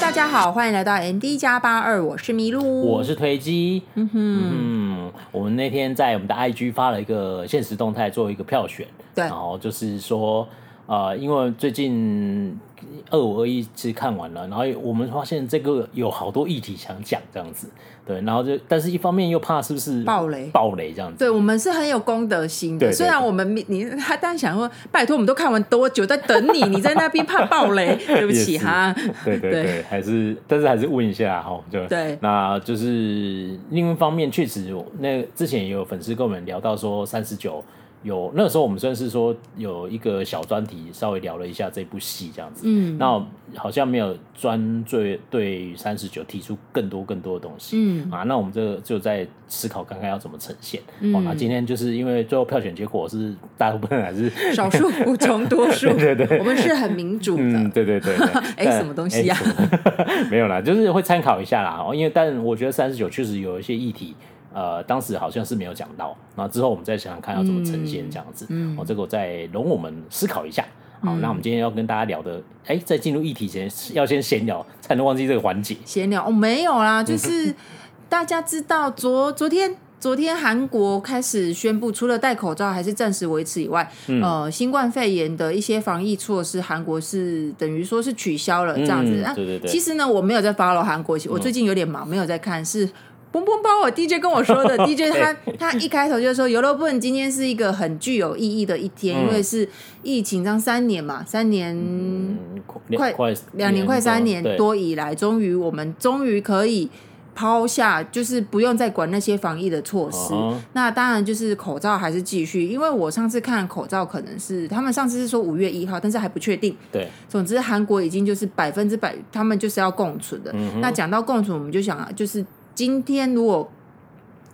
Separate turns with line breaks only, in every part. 大家好，欢迎来到 MD 加八二，我是麋鹿，
我是推机。嗯哼，我们那天在我们的 IG 发了一个现实动态，做一个票选。
对
然后就是说，呃，因为最近二五二一其实看完了，然后我们发现这个有好多议题想讲这样子。对，然后就但是一方面又怕是不是
暴雷
暴雷这样子。
对，我们是很有公德心的，
对对
虽然我们你你他当然想说，拜托，我们都看完多久，在等 你，你在那边怕爆雷，对不起
也是
哈。
对对对，还是但是还是问一下哈，就
对
那就是另一方面，确实有那之前也有粉丝跟我们聊到说三十九。有那时候我们算是说有一个小专题，稍微聊了一下这部戏这样子。嗯，那好像没有专对对三十九提出更多更多的东西。
嗯
啊，那我们这个就在思考看看要怎么呈现。哦，
嗯
那今天就是因为最后票选结果是大部分还是
嗯少数服从多数，
对对对
我们是很民主的。，
嗯，对对对对 但
什么东西呀
哎什么 没有啦，就是会参考一下啦。哦，因为但我觉得三十九确实有一些议题，呃，当时好像是没有讲到，然后之后我们再想想看要怎么呈现这样子。嗯，哦，这个我再容我们思考一下。好，
嗯
那我们今天要跟大家聊的，哎，在进入议题前，要先闲聊， 才能忘记这个环节。
闲聊哦，没有
嗯
啦，就是大家知道昨昨天。昨天韩国开始宣布，除了戴口罩还是暂时维持以外，
嗯
呃，新冠肺炎的一些防疫措施，韩国是等于说是取消了这样子。
嗯
那
对嗯对对
其实呢，我没有在 follow 韩国，我最近有点忙，没有在看。是蹦蹦包我 DJ 跟我说 的，DJ 他他一开头就说，游乐部今天是一个很具有意义的一天，因为是疫情这样三年嘛，三年
嗯，
快
快
两年快三年
对
多以来，终于我们终于可以抛下，就是不用再管那些防疫的措施。
嗯哼
那当然就是口罩还是继续，因为我上次看口罩可能是他们上次是说五月一号，但是还不确定。
对，
总之，韩国已经就是百分之百，他们就是要共存
嗯
的。那讲到共存，我们就想啊，就是今天如果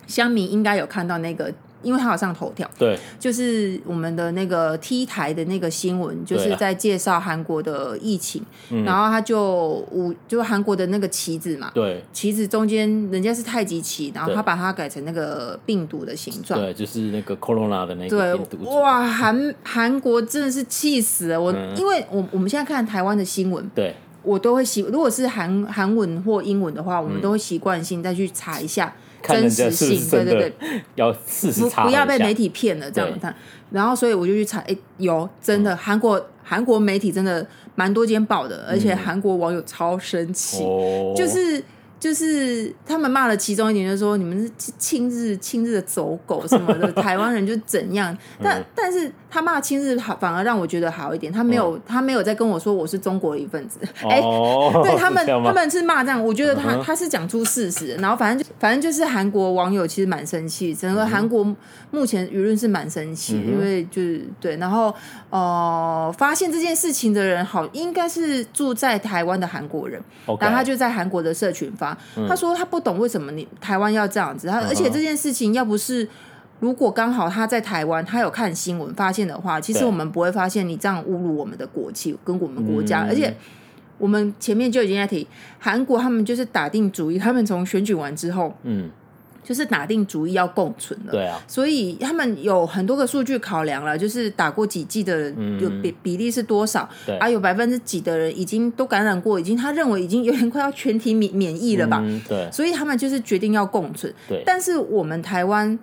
乡民应该有看到那个，因为他有上头条。
对，
就是我们的那个 T 台的那个新闻，就是
啊
在介绍韩国的疫情，
嗯
然后他就五就韩国的那个旗子嘛，
对，
旗子中间人家是太极旗，然后
对
他把它改成那个病毒的形状。
对，就是那个 corona 的那
对
个病毒株，
哇，韩韩国真的是气死了我，
嗯
因为我我们现在看台湾的新闻，
对，
我都会习，如果是韩韩文或英文的话，我们都会习惯性再去查一下
嗯看
真
人家
实
是不
性，
是
对
真
对对
的，要事实
不
查
不要被
一下
媒体骗了这样
对嗯
看。然后，所以我就去查，哎、有真的韩国韩国媒体真的蛮多间报的，而且韩国网友超生气，
嗯哦，
就是。就是他们骂了其中一点，就是说你们是亲日亲日的走狗什么 的，台湾人就怎样。
嗯
但但是他骂亲日好，反而让我觉得好一点。他没有、他没有在跟我说我是中国的一份子。哎、
嗯哦，
对他们
是这，样吗
他们是骂这样，我觉得他、
嗯哼
他是讲出事实，然后反正就反正就是韩国网友其实蛮生气，整个韩国目前舆论是蛮生气，
嗯哼
因为就是对，然后呃，发现这件事情的人好应该是住在台湾的韩国人，
OK，嗯
然后他就在韩国的社群发，他说他不懂为什么你台湾要这样子，他、而且这件事情要不是。如果刚好他在台湾，他有看新闻发现的话，其实
对
我们不会发现你这样侮辱我们的国旗跟我们国家，
嗯
而且我们前面就已经在提，韩国他们就是打定主意，他们从选举完之后
嗯，
就是打定主意要共存了。
对啊，
所以他们有很多个数据考量了，就是打过几剂的人有比比例是多少，
嗯对
啊，有百分之几的人已经都感染过，已经他认为已经有点快要全体免免疫了吧，
嗯，对
所以他们就是决定要共存。
对，
但是我们台湾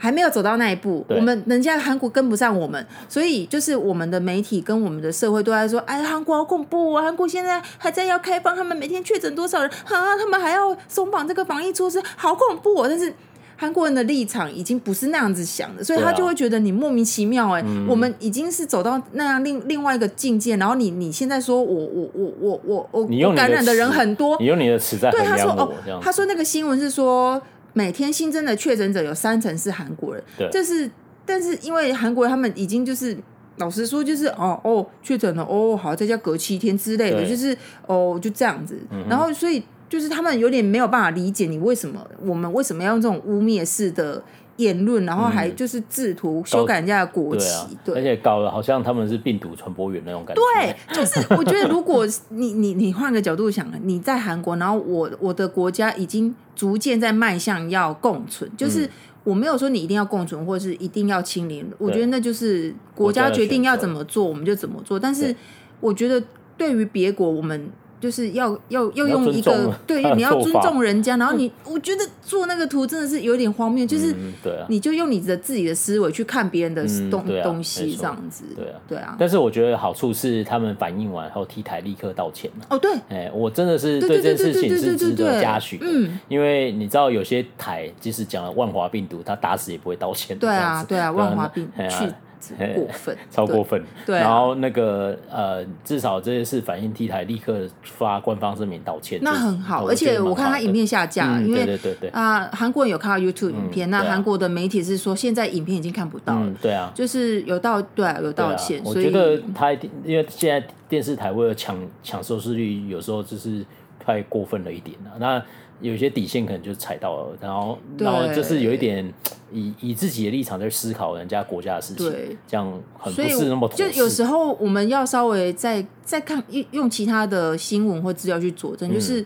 还没有走到那一步，
对
我们人家韩国跟不上我们，所以就是我们的媒体跟我们的社会都在说，哎，韩国好恐怖啊！韩国现在还在要开放，他们每天确诊多少人啊？他们还要松绑这个防疫措施，好恐怖哦！但是。韩国人的立场已经不是那样子想的，所以
对啊
他就会觉得你莫名其妙哎、
嗯
我们已经是走到那样另另外一个境界，然后你你现在说我我我我我我
你用
我
你的
感染的人
词
很多，
你用你的词在
对，
衡
他说
量
哦
我这样，
他，说那个新闻是说每天新增的确诊者有三成是韩国人，
对
这是但是因为韩国人他们已经就是。老实说，就是哦哦，确诊了哦，好，在家隔七天之类的，
对嗯
就是哦，就这样子。然后，所以就是他们有点没有办法理解你为什么我们为什么要用这种污蔑式的言论，然后还就是制图修改人家的国
对
旗
啊，，
对
而且搞得好像他们是病毒传播源那种感觉，
对， 就是我觉得，如果你你你换个角度想，啊你在韩国，然后我我的国家已经逐渐在迈向要共存，
嗯
就是我没有说你一定要共存，或者是一定要清零，我觉得那就是国
国家
家
的
决定
选择
要怎么做，我们就怎么做。但是
对
我觉得，对于别国，我们就是要要要
要
用
尊
一个
重
对
他，的
你要
做
尊
法
重人家，然后 你我觉得做那个图真的是有点荒谬，就是
嗯，对啊，
你就用你的自己的思维去看别人的
嗯
东
对啊
东
没
西
错
这样子，
对啊
对啊，
但是我觉得好处是他们反应完后，T 台立刻道歉了。
哦对，
哎、我真的是
对
对
对对
这件事
对
情
对
是
对
值
对
得
对
嘉许的，
嗯
因为你知道有些台即使讲了万华病毒，他打死也不会道歉，
对
这样
啊
子
对啊，万华
那
病
哎呀
去子
哎
过 分，
超
对
过分。
对啊
然后那个呃，至少这件事反映 T 台立刻发官方声明道歉，
那
这
很好，
我
而
觉得
且我
蛮
看
好
他
的
影片下架，
嗯
因
对
为
对对对，
啊，韩国人有看到 YouTube 影片，那
对啊
韩国的媒体是说现在影片已经看不到了，
嗯，对啊，
就是有道对啊、有
对
道歉，
啊、我
所以
觉得他一定，因为现在电视台为了抢抢收视率，有时候就是太过分了一点了、那有些底线可能就踩到了，然后
对
然后就是有一点以以自己的立场在思考人家国家的事
对
情，这样很不
所以
是那么妥
就
适。
有时候我们要稍微再再看用用其他的新闻或资料去佐证，
嗯
就是。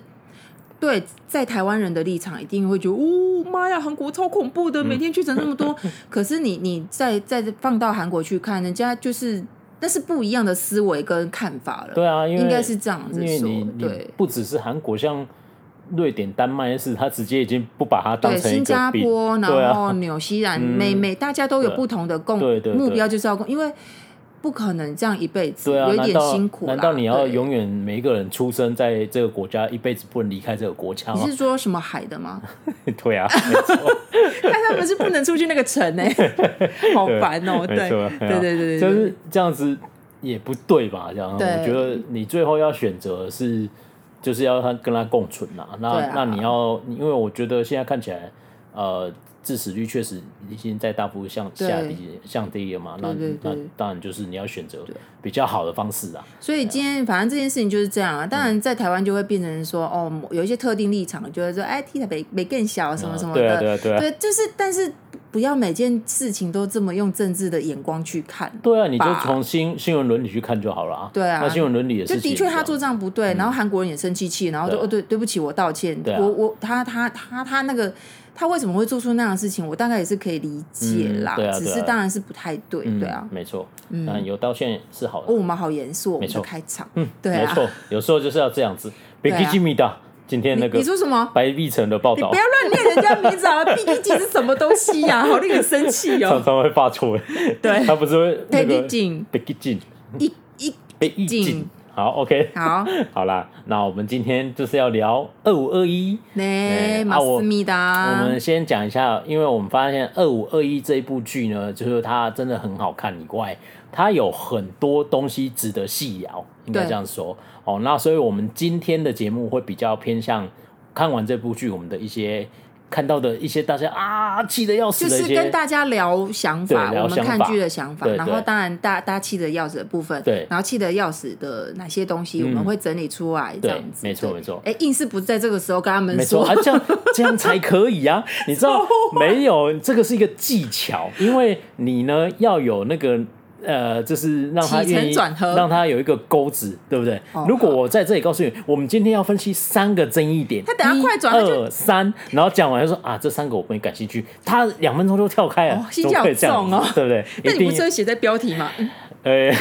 对，在台湾人的立场，一定会觉得，哦妈呀，韩国超恐怖
嗯
的，每天确诊那么 多。可是你你再再放到韩国去看，人家就是那是不一样的思维跟看法了。
对啊，因为
应该是这样子
因为
说
你你
对
不只是韩国，像瑞典、丹麦是，他直接已经不把它当
对，
成一
新加
个病。
坡，
对
然
啊
后纽西兰、每每大家都有
对
不同的共
对对对
目标，就是要共，因为不可能这样一辈子，
对啊，
有一
难
点
道
辛苦啦
难道你要
对
永远每一个人出生在这个国家，一辈子不能离开这个国家吗
你？是说什么海的吗？
对啊，没错，
但他们是不能出去那个城 哎、好烦哦、对，
没错，哎
对对对对，对
就是这样子也不对吧？这样，我
对
觉得你最后要选择的是，就是要他跟他共存啦。那、
对啊
那你要，因为我觉得现在看起来，呃，致死率确实已经在大幅向
对
下低降低了嘛。那
对对对
那当然就是你要选择比较好的方式啊。
所以今天反正这件事情就是这样啊。当然，在台湾就会变成说，哦，
嗯
有一些特定立场，就会说，哎，T 台北北更小什么什么
对啊
的，
对啊对啊
对，就是但是不要每件事情都这么用政治的眼光去看。
对啊，你就
吧
从新新闻伦理去看就好了啊。
对啊
那新闻伦理也是
就的确，他做
这
这样不对，然后韩国人也生气气，然后就
啊嗯对啊
哦对，对不起，我道歉。
对啊
我我他他他他那个他为什么会做出那样的事情，我大概也是可以理解啦，
嗯对啊
只
对啊
是当然是不太对，
样
对啊。
嗯没错，嗯，有道歉是好的
哦，。我们好严肃，我们
没
的
错
开场，嗯，对
没
啊。
错，有时候就是要这样子。b i
啊
g i m i 的今天那个哦
你说什么？
白碧城的报
你
道
不，要乱念人家名字啊！B B G 是什么东西呀、好令人生气
常
哦。
常会发错。
对
他不是会 那个
Beijing
b i g i m
一一
b i g i m 好，OK，
好，
好啦，那我们今天就是要聊二五二一。
那
哎
马
啊我
思密
我
达
们，先讲一下，因为我们发现《二五二一》这一部剧呢，就是它真的很好看以外，它有很多东西值得细聊，应该
对
这样说哦。那所以我们今天的节目会比较偏向看完这部剧，我们的一些看到的一些大家啊气得要
就
死的一
是
些
跟大家聊想法，
对聊
我们
想
看
法
剧的想法，
对
然后
对
当然大大家气得要死的部分，
对嗯
然后气得要死的哪些东西，我们会整理出来，这
对
样子，
没错
对
没错
哎，硬是不在这个时候跟他们
没错
说
啊，，这样这样才可以 啊！你知道没有？这个是一个技巧，因为你呢要有那个呃，就是让他
起承
愿意
转合
让他有一个钩子，对不对
哦？
如果我在这里告诉你，我们今天要分析三个争议点，
他等下
一
快转他就
二三，然后讲完就说啊，这三个我不会感兴趣，他两分钟就跳开
哦
了，
心
怎么
机好
可以这样
重哦
子对不对？
那
一
你
定
不是会写在标题 吗？嗯
呃。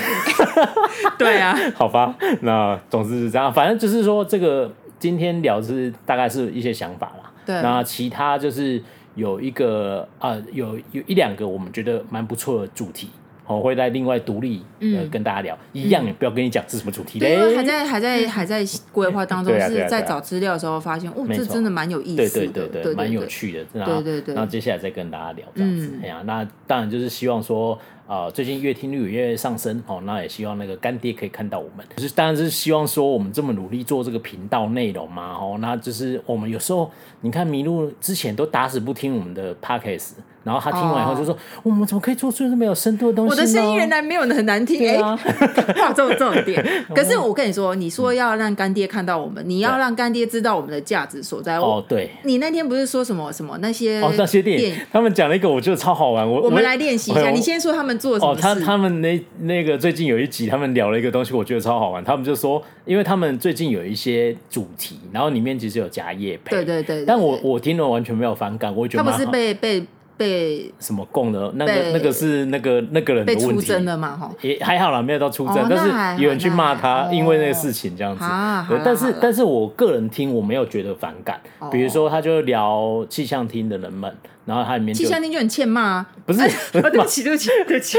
对啊，
好吧，那总之是这样，反正就是说这个今天聊是大概是一些想法啦。
对
那其他就是有一个啊、有有一两个我们觉得蛮不错的主题，我、会再另外独立呃、
嗯
跟大家聊，一样也不要跟你讲是什么主题
对，因为还
嘞。
在还在还在规划当中，
对啊对啊
是在
对啊
找资料的时候发现，哦，
没
这
错
真的蛮有意
对
思
对
的，
对
对
对，
对，
蛮有
对
趣的。那
对对对
那接下来再跟大家聊这样子。
嗯
哎呀，那当然就是希望说，啊，最近月听率也越来越上升哦，那也希望那个干爹可以看到我们。就是当然是希望说我们这么努力做这个频道内容嘛，哦，那就是我们有时候你看麋鹿之前都打死不听我们的 podcast，然后他听完以后就说，我们怎么可以做出这么有深度的东西
哦我
呢？
的声音原来没有很难听，哎、
对啊，
画中重点。 可是我跟你说，你说要让干爹看到我们，你要
嗯对
让干爹知道我们的价值所在。
哦
我，
对。
你那天不是说什么什么那些
哦，那些电影，他们讲了一个，我觉得超好玩。我
嗯我们来练习一
哎
下。
我
你先说他们做了什
哦
么，事？
他他们那那个最近有一集，他们聊了一个东西，我觉得超好玩。他们就说，因为他们最近有一些主题，然后里面其实有加叶配。
对对对对
但我
对
我听了完全没有反感，我也觉
他不
得蛮
是
好
被被被
什么供的，那个
被
那个是那个那个人的
被
问
出
题，
征了嘛？哈，
也还好啦，没有到出征，
哦那还
但
好
是有人去骂
那还
他，
好哦
因为那个事情这样子。
啊
对
好啦，
但
好
是
啦
但是我个人听我没有觉得反感，
哦
比如说他就聊气象厅的人们，然后他里面
气
就
象厅就很欠骂啊。
不是
哎啊，对不起，对不起，对不起。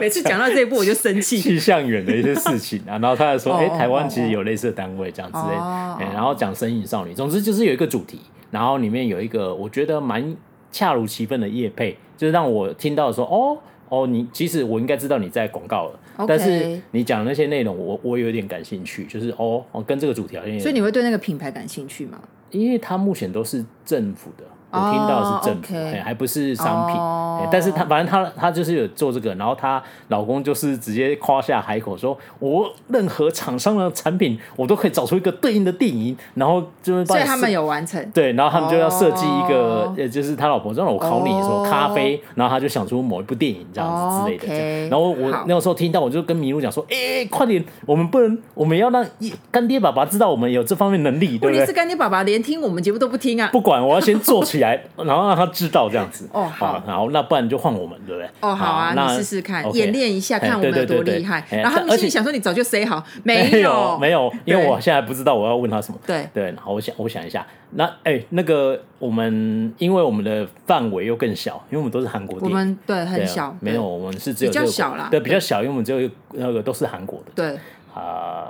每次讲到这一步我就生气。
气象远的一些事情 啊，然后他还说，
哦
哎、
哦
台湾其实有类似的单位这样之类的，
哦
哎然后讲身影少女，总之就是有一个主题，然后里面有一个我觉得蛮恰如其分的叶配，就是让我听到说，哦哦，你其实我应该知道你在广告了
OK
但是你讲的那些内容我我有点感兴趣，就是哦哦跟这个主题好像有点，
所以你会对那个品牌感兴趣吗？
因为它目前都是政府的，我
哦
听到的是政府，
OK
哎还不是商品。
哦
哎但是她反正她她就是有做这个，然后她老公就是直接夸下海口说，我任何厂商的产品，我都可以找出一个对应的电影，然后就是
所
帮你
以他们
设
有完成。
对，然后他们就要设计一个，
哦
呃，就是他老婆说让我考你说
哦
咖啡，然后他就想出某一部电影这样子之类的。
哦，OK
这样然后我
好
那个时候听到，我就跟麋鹿讲说，哎、快点，我们不能，我们要让干爹爸爸知道我们有这方面能力，
问
对不
题
对
是？干爹爸爸连听我们节目都不听啊。
不管，我要先做起来， 然后让他知道这样子。
哦好
然后那不然就换我们，对不对？
哦，好啊，
那
你试试看，
OK
演 练一下，
嘿
看我们有
对对
多
对对
厉害。
嘿
然后他们
而
心里
且
想说：“你早就 say 好，
没
有，
没有，因为
对
我现在不知道我要问他什么。
对
对，然后我想我想一下，那哎、那个我们因为我们的范围又更小，因为我们都是韩国
我
电影，
们对
对
很
啊
小，
没有，我们是只有
比较
这个国
小啦
对，
对
比较小，因为我们只有一个那个都是韩国的
对。对，
啊、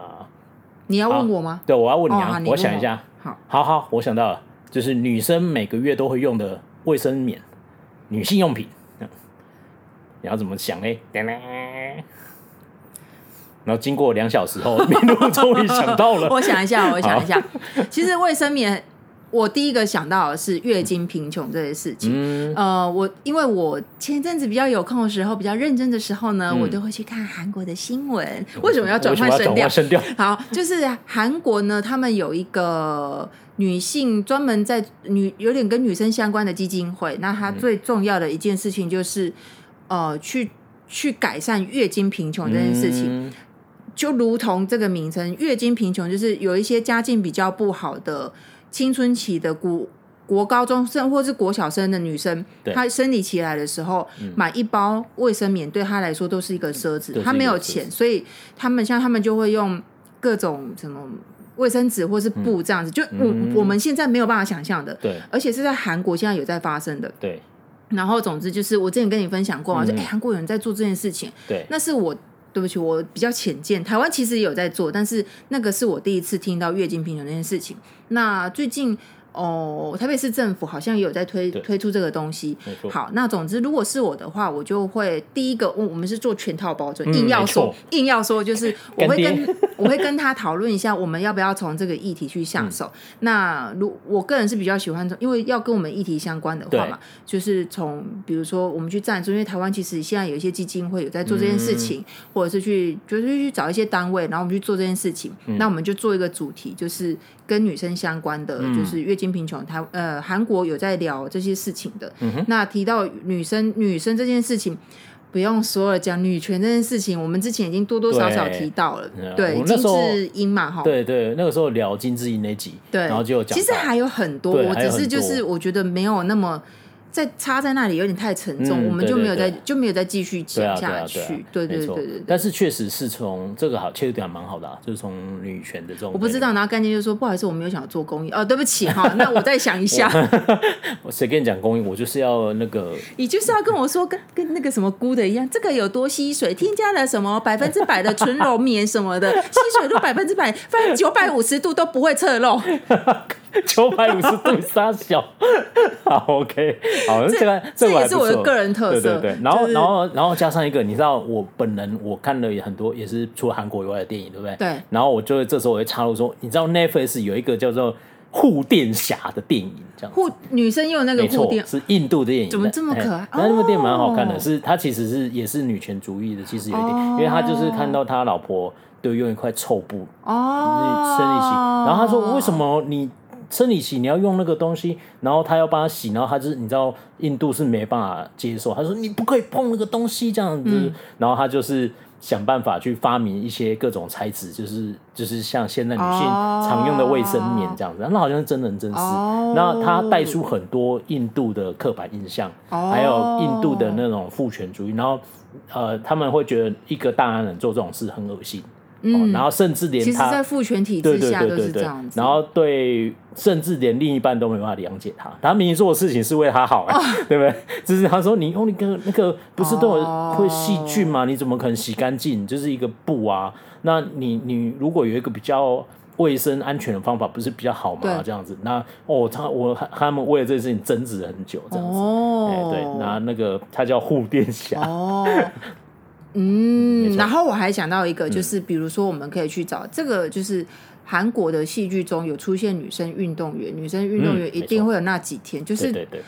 你要
好
问我吗？
对，我要问你
哦好
啊，
你
我
问
想
我
一下，
好，
好好，我想到了，就是女生每个月都会用的卫生棉，女性用品，嗯你要怎么想嘞？噔噔然后经过两小时后，麋鹿终于想到了
我想一下，我想一下。其实卫生棉，我第一个想到的是月经贫穷这件事情。
嗯，
呃，我因为我前一阵子比较有空的时候，比较认真的时候呢，
嗯
我都会去看韩国的新闻。为什么要转换
为什么要
声调哦
转换？声调，
好，就是韩国呢，他们有一个女性专门在女有点跟女生相关的基金会。
嗯
那它最重要的一件事情就是，呃，去去改善月经贫穷这件事情。
嗯
就如同这个名称“月经贫穷”，就是有一些家境比较不好的青春期的国国高中生或是国小生的女生，
对嗯
她生理期来的时候，买一包卫生棉对她来说都是一个奢侈
对，
她没有
是一个奢
钱，所以他们像他们就会用各种什么卫生纸或是布这样子，就我、
嗯
我们现在没有办法想象的。
对
而且是在韩国现在有在发生的，
对
然后总之就是我之前跟你分享过嘛，就
嗯
哎韩国有人在做这件事情，
对，
那是我对不起，我比较浅见。台湾其实也有在做，但是那个是我第一次听到月经贫穷这件事情。那最近哦，台北市政府好像也有在推
对
推出这个东西。
没错，
好，那总之，如果是我的话，我就会第一个，我我们是做全套包装，
嗯
硬要说
没错
硬要说，就是我会
干爹
跟 我会跟他讨论一下，我们要不要从这个议题去下手。
嗯
那如我个人是比较喜欢从，因为要跟我们议题相关的话嘛，就是从比如说我们去赞助，因为台湾其实现在有一些基金会有在做这件事
嗯
情，或者是去就是去找一些单位，然后我们去做这件事情。
嗯
那我们就做一个主题，就是跟女生相关的，
嗯
就是月经贫穷，台呃韩国有在聊这些事情的。那提到女生女生这件事情。不用说了，讲女权这件事情，我们之前已经多多少少
对
提到了
嗯，
对，
我
金
那时候
智英嘛，哈，
对对，那个时候聊金智英那集，
对，
然后就有讲
其
到，
实还有很多，
对
我
还有
只是
很
就
多
是我觉得没有那么在插在那里有点太沉重，
嗯
我们就没有再
对对对
就没有再继续
对啊
讲下
对啊对啊
去，，对对
没错
对对对。
但是确实是从这个好切入点还蛮好的、啊，就是从女权的这种，
我不知道，然后干爹就说不好意思，我没有想做公益哦，对不起哈，那我再想一 下。
谁跟你讲公益，我就是要那个
你就是要跟我说跟跟那个什么菇的一样，这个有多吸水，添加了什么百分之百的纯柔棉什么 的，吸水度百分之百，反正九百五十度都不会侧漏。
九百五十度沙小。 好，OK，好，这个
这
个还
也
不
是我的
错
个人特色。
对对对，然后、
就是
然后然后加上一个，你知道我本人我看了也很多，也是除了韩国以外的电影，对不对？
对
然后我就会这时候我会插入说，你知道 Netflix 有一个叫做《护垫侠》的电影，这样子。
护女生用那个
没
护
错
垫，，
是印度的电影，
怎么这么可爱
哎那那部电影蛮好看
哦
的，是它其实是也是女权主义的，其实有一点，
哦
因为他就是看到他老婆就用一块臭布
哦，
生理期，然后他说为什？么你生理期你要用那个东西，然后他要帮他洗，然后他就是你知道
嗯
印度是没办法接受，他说你不可以碰那个东西这样子，然后他就是想办法去发明一些各种材质，就是就是像现在女性
哦
常用的卫生棉这样子，那好像是真人真事。
哦
那他带出很多印度的刻板印象，
哦
还有印度的那种父权主义，然后呃，他们会觉得一个大男人做这种事很恶心，哦，然后甚至
嗯
连
其实，
他
在父权体
对
制
对
下
对
都
对
是这
对
样，子。
然后对，甚至连另一半都没办法谅解他。他明明做的事情是为他好、
哦
哎， 对不对？只是他说你用那个那个不是都有会细菌吗？你怎么可能洗干净？就是一个布啊。那你你如果有一个比较卫生安全的方法，不是比较好
对
吗？这样子，那哦，他我他们为了这件事情争执了很久，这样子。哎、
哦，
对，那那个他叫护垫侠，
哦，
没
嗯，
错
然后我还想到一个，就是比如说我们可以去找这个，就是韩国的戏剧中有出现女生运动员，女生运动员
嗯
一
没
定
错
会有那几天，就
对
是
对对，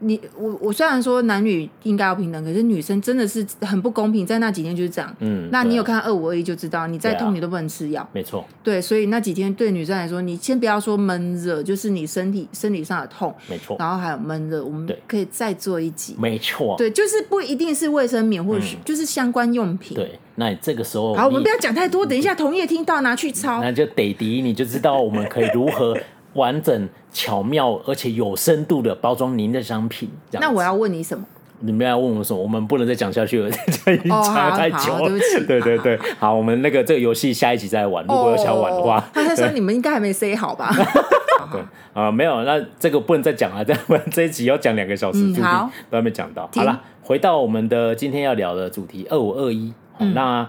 你我我虽然说男女应该要平等，可是女生真的是很不公平，在那几天就是这样。
嗯，
那你
对啊
有看二五二一就知道，你再
对啊
痛你都不能吃药。
没错，
对，所以那几天对女生来说，你先不要说闷热，就是你身体生理上的痛，
没错，
然后还有闷热，我们
对
可以再做一集。
没错，
对，就是不一定是卫生棉，或者是就是相关用品。，
嗯对。嗯那你这个时候，
好，我们不要讲太多，等一下同业听到拿去抄。
那就得敌，你就知道我们可以如何完整、巧妙而且有深度的包装您的商品。这样子
那我要问你什么？
你们要问我什么？我们不能再讲下去了，这已经
哦
讲
好
得太
好
久了。
对不起
对对对好，我们那个这个游戏下一集再玩，如果有想玩的话
哦。他 在说你们应该还没 say 好吧？
对啊、没有，那这个不能再讲了，这样我们 这一集要讲两个小时，
嗯
注定
好
都还没讲到。
停
好了，回到我们的今天要聊的主题二五二一。好
嗯
那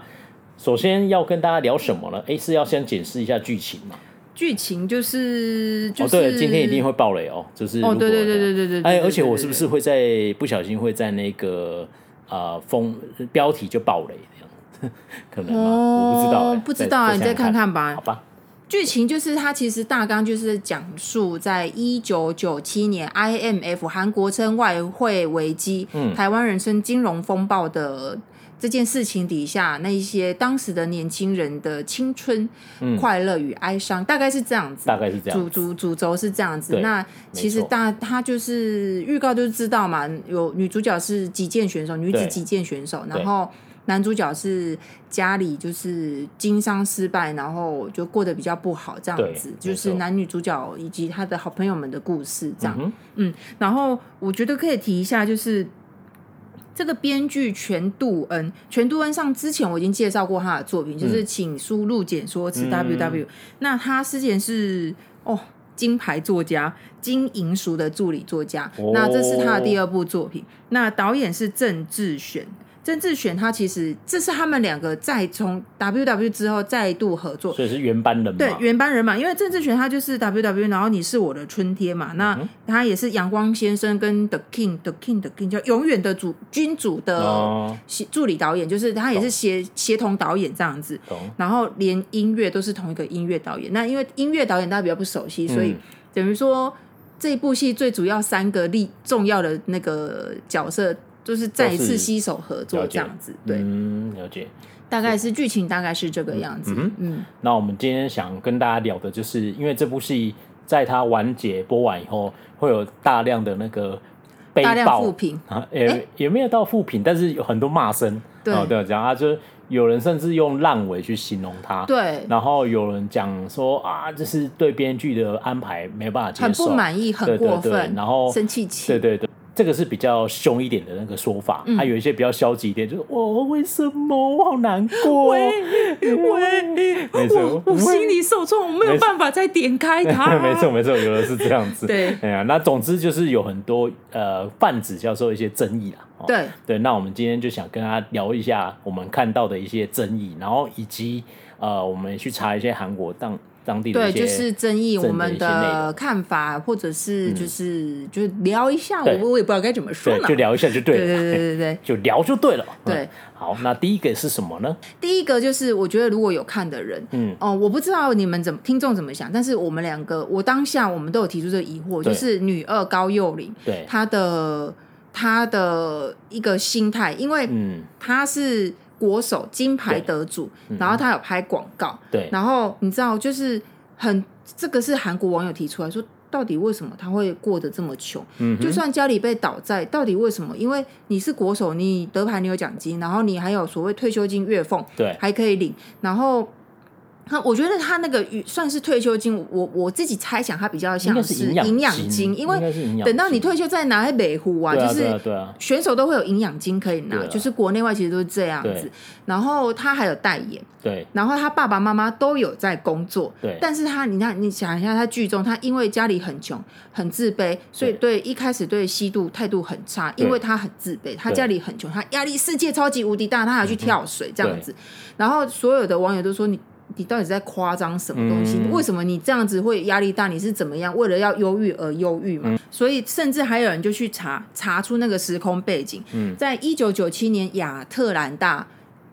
首先要跟大家聊什么呢？诶，是要先解释一下剧情嘛？
剧情就是就
哦，
是、
对，今天一定会爆雷哦，就是
哦
如
对
果
对对对对对对
哎，
对对
而且
对
我
对
是不
对
是会在不小心会在那个呃封标题就爆雷这样？ 可能吗？
哦
我不知道哎，
不知道啊你
再
再看
看
看吧
好吧，
剧情就是它其实大纲就是讲述在一九九七年 IMF 韩国称外汇危机，
嗯
台湾人称金融风暴的这件事情底下，那一些当时的年轻人的青春、
嗯
快乐与哀伤，大概是这样子。
大概是这样
主。主主轴是这样子
对，
那其实
没错
大他就是预告就知道嘛，有女主角是击剑选手，女子
对
击剑选手，
对
然后男主角是家里就是经商失败，然后就过得比较不好这样子
对，
就
没
是
错
男女主角以及他的好朋友们的故事这样。
嗯哼
然后我觉得可以提一下，就是这个编剧全度恩，全度恩上之前我已经介绍过他的作品，就是请输入简说词
嗯
WW、那他之前是哦金牌作家，金银淑的助理作家，
哦
那这是他的第二部作品。那导演是郑智玄。郑智玄他其实这是他们两个再从 W W 之后再度合作，
所以是原班人马。
对，原班人马，因为郑智权他就是 W W，然后你是我的春天嘛，
嗯
那他也是阳光先生跟 The King The King The King 就永远的主君主的
哦，
协助理导演，就是他也是协协同导演这样子，
懂。
然后连音乐都是同一个音乐导演。那因为音乐导演大家比较不熟悉，所以
嗯
等于说这一部戏最主要三个力重要的那个角色。就是再一
都
次
是
携手合作
了解
这样子，对，
嗯，了解。
大概是剧情大概是这个样子，
嗯
嗯，
那我们今天想跟大家聊的就是，因为这部戏在它完结播完以后，会有大量的那个被
大量
爆
复评，
啊，也、
诶
也没有到负评，但是有很多骂声。
哎对
哦、对，讲啊，就是有人甚至用烂尾去形容它。。
对，
然后有人讲说啊，这是对编剧的安排没办法接受，
很不满意，很
对对
过
对
分，
然后
生气气，嗯
对对对，这个是比较凶一点的那个说法，还、有一些比较消极一点，就是哦，为什么我好难过？
喂
没错
我我心里受创，我没有
没错
办法再点开它，
没错没错，有的是这样子。
对
哎呀，那总之就是有很多呃泛指教授一些争议啦。哦、
对
对，那我们今天就想跟大家聊一下我们看到的一些争议，然后以及呃，我们去查一些韩国当当地的
对，
一些
就是争议
正的
我们
一些内
的
容嗯
看法，或者是就是、就是聊一下，我
对
我也不知道该怎么说
对，
呢，
就聊一下就对
对对
了，
对对对。
就聊就对了。
对
嗯好，那第一个是什么呢？
第一个就是，我觉得如果有看的人，
嗯
嗯，哦，我不知道你们怎么听众怎么想，但是我们两个，我当下我们都有提出这个疑惑，
对
就是女二高幼玲
对，
她的她的一个心态，因为
嗯，
她是国手金牌得主，然后她有拍广告，
对，
然后你知道就是很这个是韩国网友提出来说，到底为什么他会过得这么穷？
嗯
就算家里被倒债，到底为什么？因为你是国手，你得牌你有奖金，然后你还有所谓退休金月俸，
对
还可以领。然后他，我觉得他那个算是退休金，我我自己猜想他比较
应
像
该是营
营养
金，
金，因为
应该是营养
等到你
金
退休再拿来北湖啊，
对啊
就
对
是
啊对啊，
选手都会有营养金可以拿，
对啊
就是国内外其实都是这样子
对。
然后他还有代言，
对啊
然后他爸爸妈妈都有在工作，
对
但是他，你看，你想一下，他剧中他因为家里很穷、很自卑，所以对一开始对吸毒态度很差，
对
因为他很自卑，他
对
家里很穷，他压力世界超级无敌大，他还去
嗯
跳水这样子，然后所有的网友都说你。你到底在夸张什么东西？
嗯
为什么你这样子会压力大？你是怎么样为了要忧郁而忧郁
嗯
嘛？所以甚至还有人就去查查出那个时空背景。
嗯
在一九九七年亚特兰大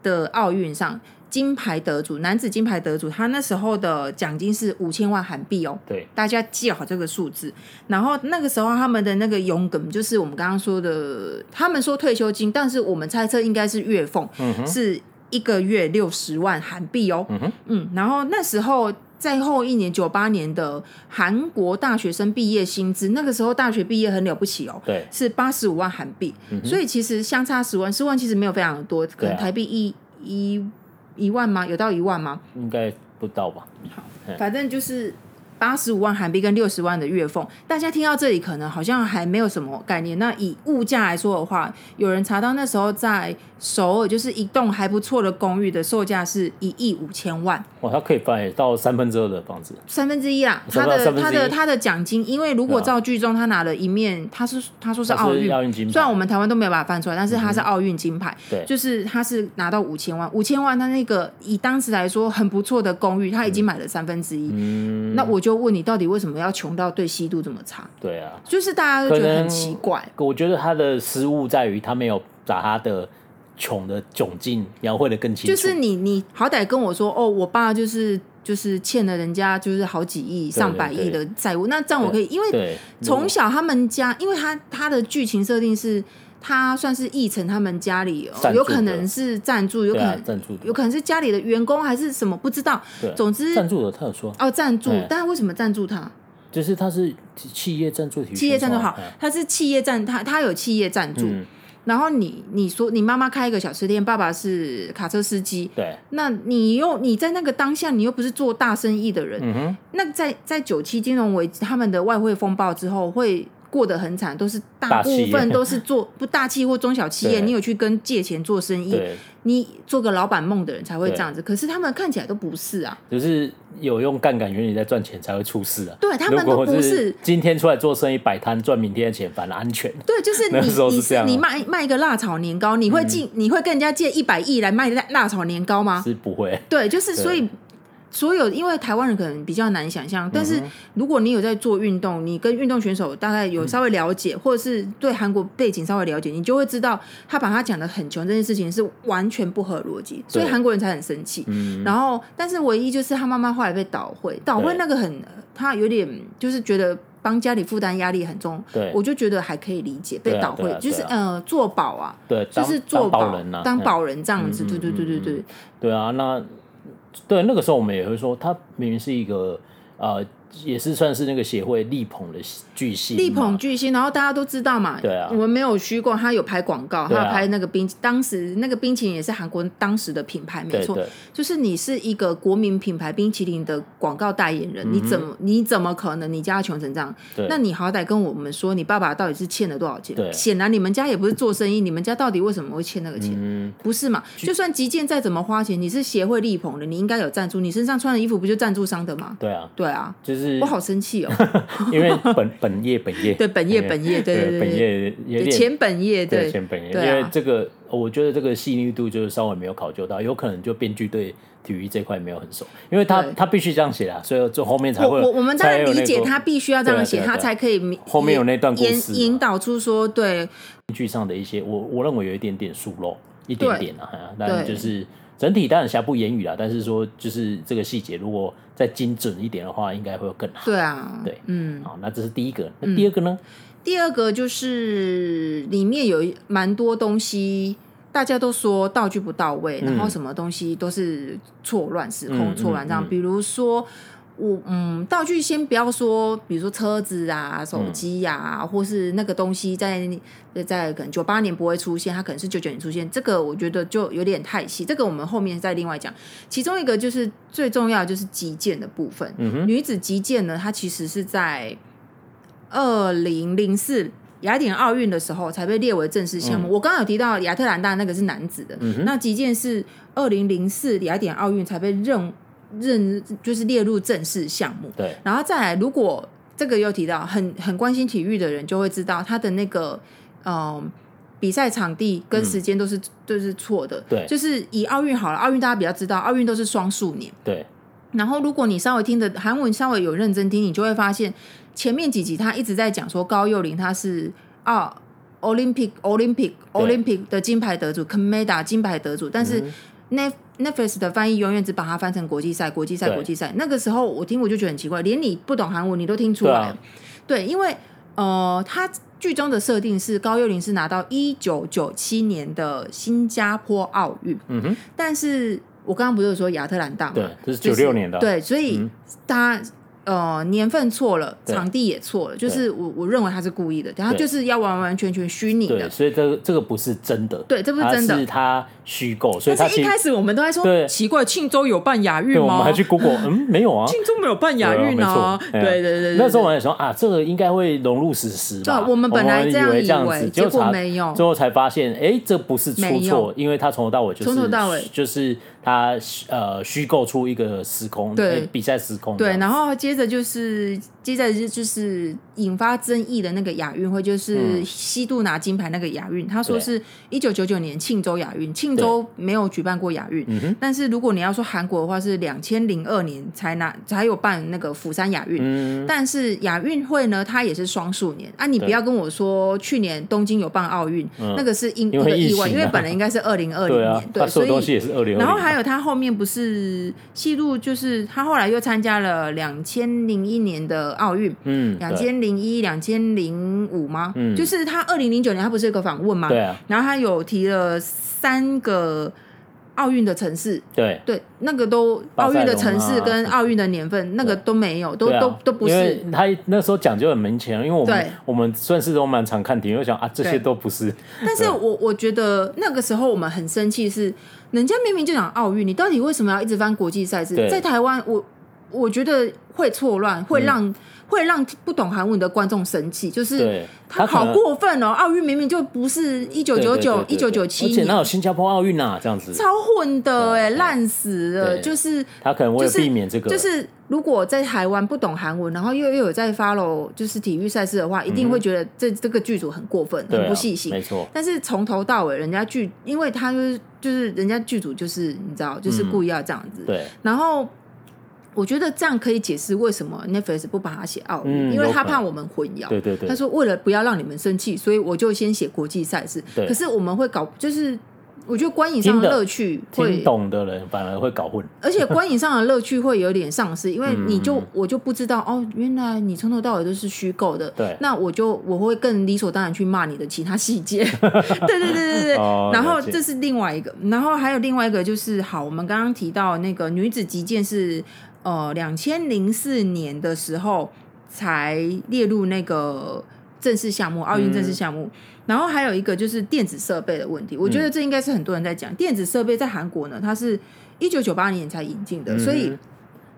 的奥运上，金牌得主，男子金牌得主，他那时候的奖金是五千万韩币哦。
对，
大家记好这个数字，然后那个时候他们的那个勇梗就是我们刚刚说的，他们说退休金，但是我们猜测应该是月俸，
嗯哼，
是一个月六十万韩币哦。
嗯哼，
嗯，然后那时候在后一年九八年的韩国大学生毕业薪资，那个时候大学毕业很了不起哦，
对
是八十五万韩币，
嗯哼
所以其实相差十万，十万其实没有非常多，可
对
能
啊
台币一一一万吗？有到一万吗？
应该不到吧？
反正就是。八十五万韩币跟六十万的月俸，大家听到这里可能好像还没有什么概念。那以物价来说的话，有人查到那时候在首尔，就是一栋还不错的公寓的售价是一亿五千万，
哇，它可以买到三分之二的房子，
三分之一啦，他
三分
的
三分
他
之一
的他的奖金，因为如果
对啊
照剧中他拿了一面，他是他说是
它
奥
是
运，
奥运金
虽然
牌，嗯
我们台湾都没有把它翻出来，但是他是奥运金牌，
对
就是他是拿到五千万，五千万他那个以当时来说很不错的公寓，他已经买了三分之一，
嗯，
那我就问你，到底为什么要穷到对吸毒这么差？
对啊，
就是大家都觉
可
得
能
很奇怪，
我觉得他的失误在于他没有把他的穷的窘境描绘的更清
就
楚，
是你你好歹跟我说哦，我爸就是就是欠了人家就是好几亿、上百亿的债务，那这样我可以，因为
对，
从小他们家，因为他他的剧情设定是，他算是继承他们家里哦，
赞助
有
的
可能是赞助，有可
对啊
能、
赞助的
有可能是家里的员工还是什么，不知道。
对
总之
赞助的他有说，
哦，赞助
对，
但为什么赞助他？
就是他是企业赞助体育选手啊，
企业赞助好
嗯，
他是企业赞，他他有企业赞助。
嗯，
然后你你说你妈妈开一个小吃店，爸爸是卡车司机，
对，
那你又你在那个当下，你又不是做大生意的人，
嗯哼，
那在在九七金融危机他们的外汇风暴之后，会过得很惨，都是大
大企
部
业
分都是 做不大企或中小企业，
对
你有去跟借钱做生意，
对，
你做个老板梦的人才会这样子。可是他们看起来都不是啊，
就是有用杠杆原理在赚钱才会出事啊。
对他们
如
都
果
不
是
是。
今天出来做生意摆摊赚明天的钱，反而安全。
对，就是
那时候
你，你
是这样啊嗯
你卖卖一个辣炒年糕，你会进，你会跟人家借一百亿来卖辣辣炒年糕吗？
是不会。
对，就是
对
所以所有因为台湾人可能比较难想象，但
嗯
是如果你有在做运动，你跟运动选手大概
嗯
有稍微了解，或者是对韩国背景稍微了解，你就会知道他把他讲的很穷这件事情是完全不合逻辑，所以
对
韩国人才很生气。
嗯，
然后，但是唯一就是他妈妈后来被倒会，倒会
对
那个很，他有点就是觉得帮家里负担压力很重，
对
我就觉得还可以理解被
对啊
倒会，
对啊
就是
对啊
呃做保啊，
对，
就
当
是做
当保人呐、
当
嗯
保人这样子，
嗯
对对对对对，
对啊，那对那个时候我们也会说，他明明是一个呃，也是算是那个协会力捧的巨星嘛，
力捧巨星，然后大家都知道嘛，
对啊
我们没有虚构，他有拍广告，
对
他
啊
有拍那个冰，当时那个冰淇淋也是韩国当时的品牌，没
对
错，
对
就是你是一个国民品牌冰淇淋的广告代言人，你怎么你怎么可能你家穷成这样？
嗯对，
那你好歹跟我们说，你爸爸到底是欠了多少钱？
对
显然你们家也不是做生意，你们家到底为什么会欠那个钱？
嗯，
不是嘛？就算极简再怎么花钱，你是协会力捧的，你应该有赞助，你身上穿的衣服不就赞助商的吗？
对啊，
对啊，
就是
我好生气 哦！
因为本 本业本业
对 本业本业对对对
本业有
对
点
前本业
对
对
前本业，因
对啊
为这个我觉得这个细腻度就是稍微没有考究到，有可能就编剧对体育这块没有很熟，因为他
对
他必须这样写啦，啊所以就后面才
我
会
我我们当
才
然
有那
理
个
解他必须要这样写，
对啊对啊
他才可以明
后面有那段故
引
事嘛啊
引导出说对
编剧上的一些，我我认为有一点点疏漏，一点点啊，哎呀但
对
就是整体当然瑕不掩瑜啦，但是说就是这个细节如果再精准一点的话，应该会更好。
对啊，
对
嗯。
好，那这是第一个，那第二个呢？
第二个就是里面有一蛮多东西，大家都说道具不到位，
嗯
然后什么东西都是错乱、时空
嗯
错乱这样。
嗯嗯
比如说，我嗯，道具先不要说，比如说车子啊、手机呀、或是那个东西在在可能九八年不会出现，它可能是九九年出现，这个我觉得就有点太细，这个我们后面再另外讲。其中一个就是最重要的就是击剑的部分，
嗯哼
女子击剑呢，它其实是在二零零四。雅典奥运的时候才被列为正式项
嗯
目。我刚刚有提到亚特兰大那个是男子的，那击剑是二零零四雅典奥运才被认认就是列入正式项目。
对，
然后再来，如果这个又提到很很关心体育的人就会知道，他的那个嗯、比赛场地跟时间都是、都是错的。
嗯对
就是以奥运好了，奥运大家比较知道，奥运都是双数年。
对，
然后如果你稍微听的韩文稍微有认真听，你就会发现前面几集他一直在讲说高幼霖他是啊 Olympic Olympic Olympic 的金牌得主 k a m e d a 金牌得主，但
嗯
是 Nef Netflix 的翻译永远只把它翻成国际赛、国际赛、
对
国际赛。那个时候我听我就觉得很奇怪，连你不懂韩文你都听出
对
来
啊
了，对，因为呃，他剧中的设定是高幼霖是拿到一九九七年的新加坡奥运，
嗯哼，
但是我刚刚不是有说亚特兰大嘛，
对，这是
嗯就
九
是
六年的，，啊嗯
对，所以他、呃年份错了，
对
场地也错了，就是我我认为他是故意的，他
对
就是要完完全全虚拟的
对，。所以这个这个不是真的，
对这不是真的
啊它是他虚构，所以他
但是
其
一
实
开始我们都在说，
对
奇怪，庆州有办亚运
对，我们
吗
还？去 Google，嗯，没有啊。
庆州没有办亚
对啊
运啊！
没错哎呀
对对对对，
那时
对
候我还想啊，这个应该会融入史实吧。
对我们本来
以
这样
为
以
这样
为
子，
结
就
果
查
没有
最后才发现，哎，这不是出
没有
错，因为他从头到尾就是
从头到尾
就是他呃虚构出一个时空，
对
哎比赛时空这
对，
样子，
然后接着就是接着就就是引发争议的那个亚运会，就是西渡拿金牌那个亚运，他说
嗯对
是一九九九年庆州亚运，庆州没有举办过亚运，
嗯
但是如果你要说韩国的话，是两千零二年才拿才有办那个釜山亚运。
嗯，
但是亚运会呢，它也是双数年啊！你不
对嗯
要跟我说去年东京有办奥运，那个是因一
因为
个意
疫情
外，因为
啊
本来应该是二零二零
对啊
年，，
他
对，
所
所
有
以
东西也是二零，
然后还有他后面不是戏路，就是他后来又参加了两千零一年的奥运，
嗯，
两
对
千零一、两千零五吗？
嗯
就是他二零零九年他不是有个访问吗？
对啊，
然后他有提了三个奥运的城市，
对。
对，那个都
巴
奥
塞隆
运
啊
的城市跟奥运的年份，那个都没有，都
对啊
都都不
因
是
为。他那时候讲究很明显，因为我
对
们我们算是都蛮常看体育，我想啊这些
对
都不是，
但是我我觉得那个时候我们很生气，是人家明明就讲奥运，你到底为什么要一直翻国际赛事？
对嗯
在台湾，我我觉得会错乱，会让、会让不懂韩文的观众生气，就是
对
他
他可
好
能
过分哦！奥运明明就不是一九九九、一
对对对
九
对
九
对
七
而且哪
年，
有新加坡奥运啊这样子，
超混的哎、
对
烂死了，
对
就是。
他可能为了避免这个，
就是如果在台湾不懂韩文，然后又又有在 follow 就是体育赛事的话，一定会觉得这、这个剧组很过分，
嗯对
很
啊
不细心。
没错，
但是从头到尾，人家剧，因为他就是就是人家剧组就是你知道，就是故意要这样子。
嗯对，
然后我觉得这样可以解释为什么 Netflix 不把它写奥运，
嗯
因为他
有可能
怕我们混淆。
对对对
他说为了不要让你们生气，所以我就先写国际赛事。
对
可是我们会搞，就是我觉得观影上的
听得
乐趣
听
会
懂的人反而会搞混，
而且观影上的乐趣会有点丧失，因为你就、
嗯
我就不知道哦，原来你从头到尾都是虚构的。
对
那我就我会更理所当然去骂你的其他细节。 对对对对对。
哦
然后
了解
这是另外一个，然后还有另外一个就是，好，我们刚刚提到那个女子击剑是呃两千零四年的时候才列入那个正式项目，
嗯
奥运正式项目。然后还有一个就是电子设备的问题，我觉得这应该是很多人在讲、
嗯
电子设备在韩国呢，它是一九九八年才引进的，
嗯
所以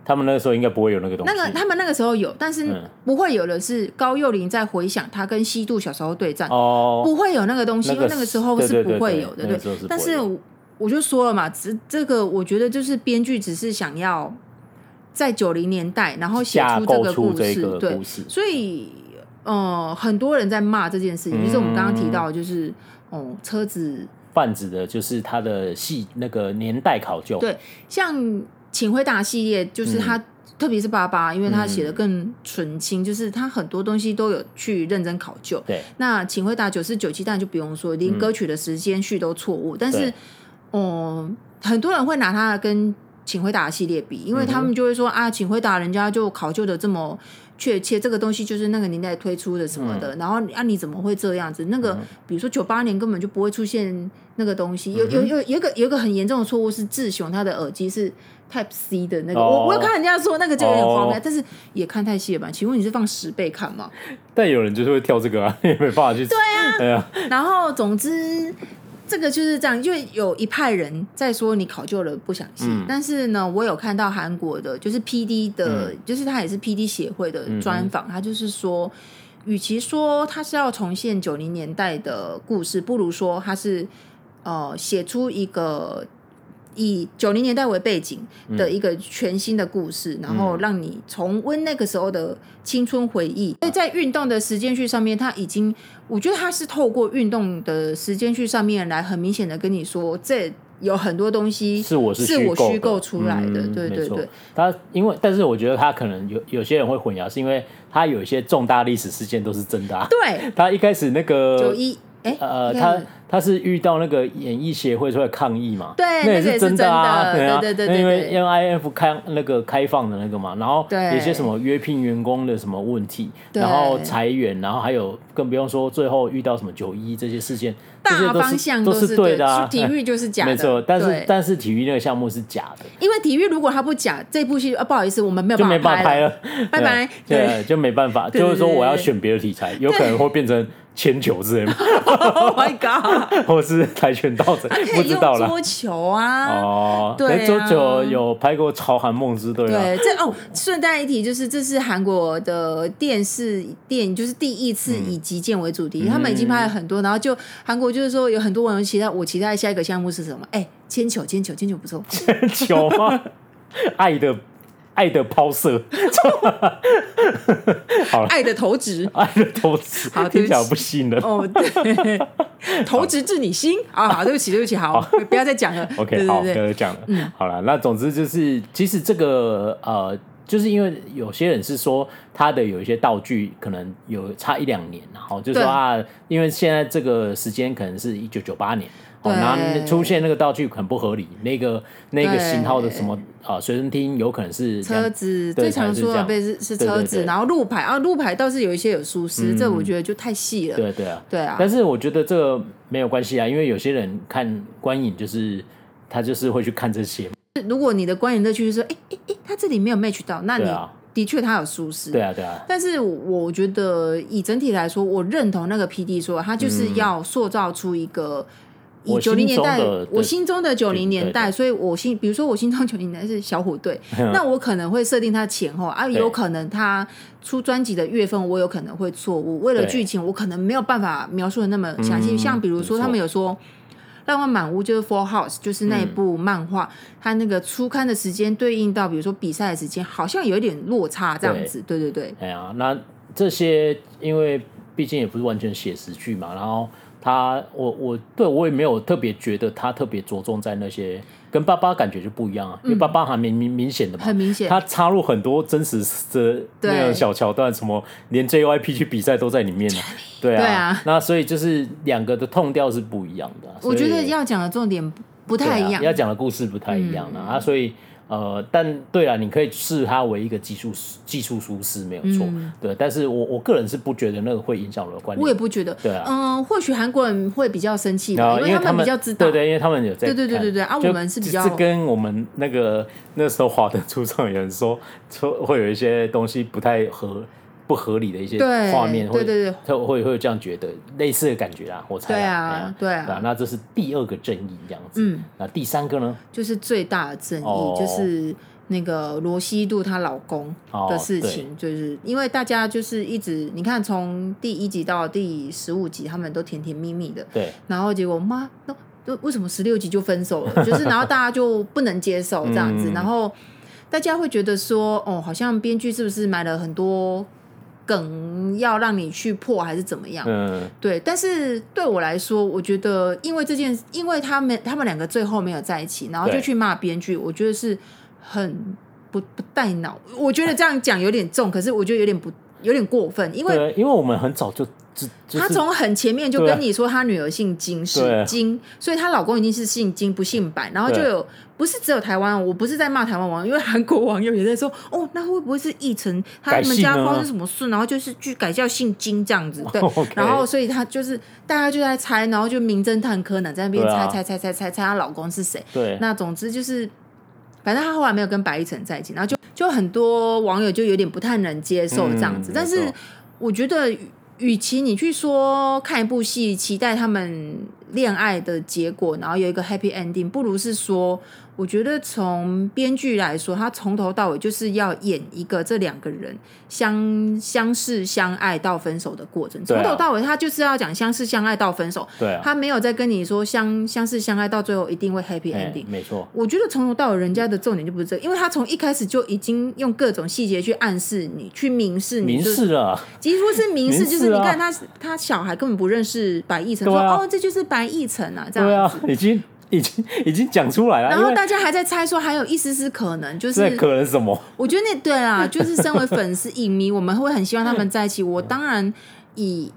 他们那个时候应该不会有那个东西，
那个他们那个时候有，但是
嗯
不会有的是高幼霖在回想他跟西渡小时候对战，
哦，
不会有那个东西，
那
因
个
为那个时候
对
是
对
不
对
会
对
有的，
那个时候是不
但
会
是
有
我我就说了嘛，这这个我觉得就是编剧只是想要在九零年代，然后写
架
出这
构
个
出
故
这
事，
个
对
故，事，
所以呃，很多人在骂这件事情，就是我们刚刚提到，就是哦、车子
泛指的就是它的系那个年代考究，
对，像《请回答》系列，就是他、特别是爸爸，因为他写的更纯清，就是他很多东西都有去认真考究。
对
那请回答九四九七，当然就不用说，连歌曲的时间序都错误。但是
嗯对，
嗯，很多人会拿它跟请回答的系列比，因为他
嗯
们就会说、啊，请回答人家就考究的这么确切，这个东西就是那个年代推出的什么
嗯
的。然后啊，你怎么会这样子？那个、比如说九八年根本就
嗯
不会出现那个东西。有有有有一个有一个很严重的错误是志雄他的耳机是 Type C 的那个，
哦
我我有看人家说那个就有点荒谬，
哦
但是也看太细了吧？请问你是放十倍看吗？
但有人就是会跳这个啊，也 没办法去。对啊，对啊，
然后总之。这个就是这样，因为有一派人在说你考究了不详细，
嗯
但是呢，我有看到韩国的，就是 P D 的，就是他也是 P D 协会的专访，他就是说，与其说他是要重现九零年代的故事，不如说他是呃写出一个以九零年代为背景
嗯
的一个全新的故事，然后让你重温那个时候的青春回忆。所以在运动的时间序上面，它已经，我觉得它是透过运动的时间序上面来很明显的跟你说，这有很多东西
是我是
是我
构
虚
的
构出来的，
嗯
对
没
对
错
对，
他因为，但是我觉得他可能有有些人会混淆，是因为他有一些重大历史事件都是真的、啊。
对，
他一开始那个
九一哎，
呃，
应该
他
是
他是遇到那个演艺协会出来抗议嘛？
对
那
那个也
是
是
的啊，
真的
啊，
对对对对
因为
对
N I F 开那个开放的那个嘛，然后
对
有些什么约聘员工的什么问题，
对
然后裁员，然后还有更不用说最后遇到什么九一这些事件，这些
大
都是
方向
都
是
对的啊，
体育就是假的，
没错，但是
对
但是体育那个项目是假的，
因为体育如果它不假，这部戏啊不好意思，我们没有
就
办
没办法
拍
拍
了，
了，
拜 拜
对
对
对，就没办法，
对
就是说
对对
我要
对
选别的题材，有可能会变成铅球之类的，
Oh my god，
或是跆拳道之类，
可
不
以
知
用
道啦。
桌球啊，
哦，
对
哎周
啊
九有拍过《朝韩梦之队》啊，
对，这哦，顺带一提，就是这是韩国的电视电影，就是第一次以击剑为主题，
嗯
他们已经拍了很多，然后就韩国就是说有很多网友期待，我期待下一个项目是什么？哎，铅球，铅球，铅球不错，
球吗？爱的爱的抛射，
爱的投掷。
爱的投掷
好，对不
听起来
起
不吸引人。
哦，对，投掷至你心啊！好对不起，对不起，好，不要再讲 了。
OK，
对
好，
对嗯
刚
对，
才讲了，好了，那总之就是，其实这个呃，就是因为有些人是说他的有一些道具可能有差一两年，然后就说
对
啊，因为现在这个时间可能是一九九八年。哦，
对
然后出现那个道具很不合理，那个那个
对
型号的什么啊随身听有可能是两
车子
对
最常说的被
才
是是
这样
车
对对
子，
对嗯
然后路牌啊，路牌倒是有一些有疏失，这我觉得就太细了。
对对啊，
对啊，
但是我觉得这个没有关系啊，因为有些人看观影就是他就是会去看这些嘛，
如果你的观影乐趣是说，哎哎哎，诶他这里没有 match 到，那你
对啊
的确他有疏失。
对啊对啊，
但是我我觉得以整体来说，我认同那个 P D 说，他就是要塑造出一个。以
我
九零年
心中
代
的，
我
对
心中的九零年
对嗯
代，
对
所以我心，比如说我心中九零年代是小虎 队，那我可能会设定他前后啊，有可能他出专辑的月份我有可能会错误，为了
对
剧情我可能没有办法描述的那么详细。
嗯
像比如说
没错
他们有说。浪漫满屋就是 Four House，就是那一
嗯
部漫画，它那个初刊的时间对应到，比如说比赛的时间，好像有一点落差这样
对
子。对对对，
哎呀，那这些因为毕竟也不是完全写实剧嘛，然后他我我对我也没有特别觉得他特别着重在那些跟爸爸感觉就不一样啊，因为爸爸还明明明显的
嗯
嘛，
很明显。
他插入很多真实的那
对
种小桥段，什么连 JYP 去比赛都在里面呢、对啊，
对啊
那所以就是两个的痛调是不一样的啊、
我觉
所
得
以
要讲的重点不不太一样。嗯
对啊要讲的故事不太一样了、啊，所以呃，但对啊，你可以视它为一个技术技术疏失没有错，对，但是我我个人是不觉得那个会影响我的观
嗯我也
点。
不觉得。
对啊
嗯，或许韩国人会比较生气
然
吧，
后
为
为他
们比较知道。
对对，因为他们有在
对对对
看
对对啊
就
我们是比较
这跟我们那个那时候华灯初上有人说说会有一些东西不太合不合理的一些
对
画面，
对
会
对对
他会会有这样觉得类似的感觉啦，我猜
对
啦
啊
哎呀
对啊
那这是第二个正义这样子，
嗯，
那第三个呢？
就是最大的争议、
哦
就是那个罗西度她老公
哦
的事情，就是因为大家就是一直你看从第一集到第十五集，他们都甜甜蜜蜜的，
对，
然后结果妈那那为什么十六集就分手了？ 就是然后大家就不能接受这样子，
嗯
然后大家会觉得说，哦，好像编剧是不是埋了很多梗要让你去破，还是怎么样？
嗯，
对，但是对我来说，我觉得因为这件，因为他们他们两个最后没有在一起，然后就
对
去骂编剧，我觉得是很不不带脑。我觉得这样讲有点重，可是我觉得有点不有点过分，因为
对，啊因为我们很早就知，就
他
是
从很前面就
对啊
跟你说他女儿姓金是
对
金，所以她老公一定是姓金不姓白，然后就
对
有不是只有台湾哦，我不是在骂台湾网友，因为韩国网友也在说， 哦，那会不会是译成他
改
们
姓
家
啊
发生什么事，然后就是去改叫姓金这样子，对
OK，
然后所以他就是大家就在猜，然后就名侦探柯南在那边
对
猜
啊
猜猜猜猜猜猜她老公是谁，
对
那总之就是。反正他后来没有跟白一晨在一起，然后就就很多网友就有点不太能接受这样子，
嗯
但是
没错
我觉得与。与其你去说看一部戏，期待他们恋爱的结果，然后有一个 happy ending，不如是说，我觉得从编剧来说，他从头到尾就是要演一个这两个人相相识相爱到分手的过程，
对
从
啊
头到尾他就是要讲相识相爱到分手，
对啊，
他没有在跟你说相相识相爱到最后一定会 happy
哎
ending。
没错，
我觉得从头到尾人家的重点就不是这个，因为他从一开始就已经用各种细节去暗示你，去明示你，
民
就是
事了，
几乎是明示，
明示
就是你
啊
看他他小孩根本不认识白亦晨，
对
说
啊
哦这就是白亦晨啊这
对
样，
啊，已经已经已经讲出来了，
然
因
后
为
大家还在猜说还有一丝丝可能，就
这
是
可能什么？
我觉得那对 啦，就是身为粉丝影迷，我们会很希望他们在一
嗯
起。我当然以